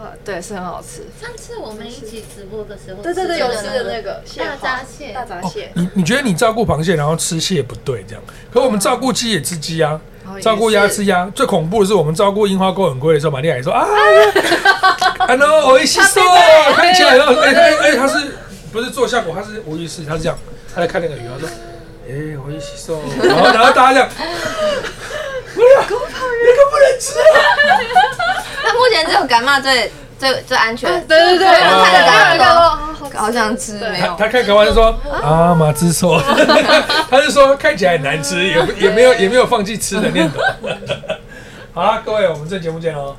Speaker 3: 啊，对，是很好吃。
Speaker 4: 上次我们一起直播的时候，
Speaker 3: 对对对，有吃的那
Speaker 4: 个
Speaker 3: 个蟹
Speaker 4: 大
Speaker 3: 黄
Speaker 4: 闸蟹
Speaker 3: 大闸
Speaker 1: 哦
Speaker 3: 蟹，
Speaker 1: 你你觉得你照顾螃蟹，然后吃蟹不对这样？可我们照顾鸡也吃鸡啊，
Speaker 3: 然后哦也
Speaker 1: 照顾鸭
Speaker 3: 是
Speaker 1: 吃鸭。最恐怖的是，我们照顾樱花沟很龟的时候，玛丽亚也说
Speaker 3: [laughs]
Speaker 1: 啊，啊 no，我一起说，看起来很
Speaker 3: [laughs]
Speaker 1: 好哎哎哎，他是不是做效果？他是无意识，他是这样，他在看那个鱼，他说。哎、我一起送，然后然后大家
Speaker 3: [laughs]
Speaker 1: 这样， [laughs] 不要，那个不能吃啊！
Speaker 6: 那目前只有干妈最最最安全，
Speaker 3: 对对对，
Speaker 6: 我看着
Speaker 3: 看
Speaker 6: 大
Speaker 3: 着
Speaker 6: 家都
Speaker 3: 好好
Speaker 6: 好想吃，
Speaker 3: 对
Speaker 6: 没
Speaker 1: 他
Speaker 6: 有。
Speaker 1: 他看台湾就说啊，马之说，他就说看起来很难吃，也不也没有也没有放弃吃的念头。 [laughs] 哦好啦，各位，我们这节目见喽，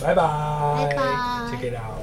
Speaker 1: 拜拜，
Speaker 4: 拜拜
Speaker 1: 谢谢大家。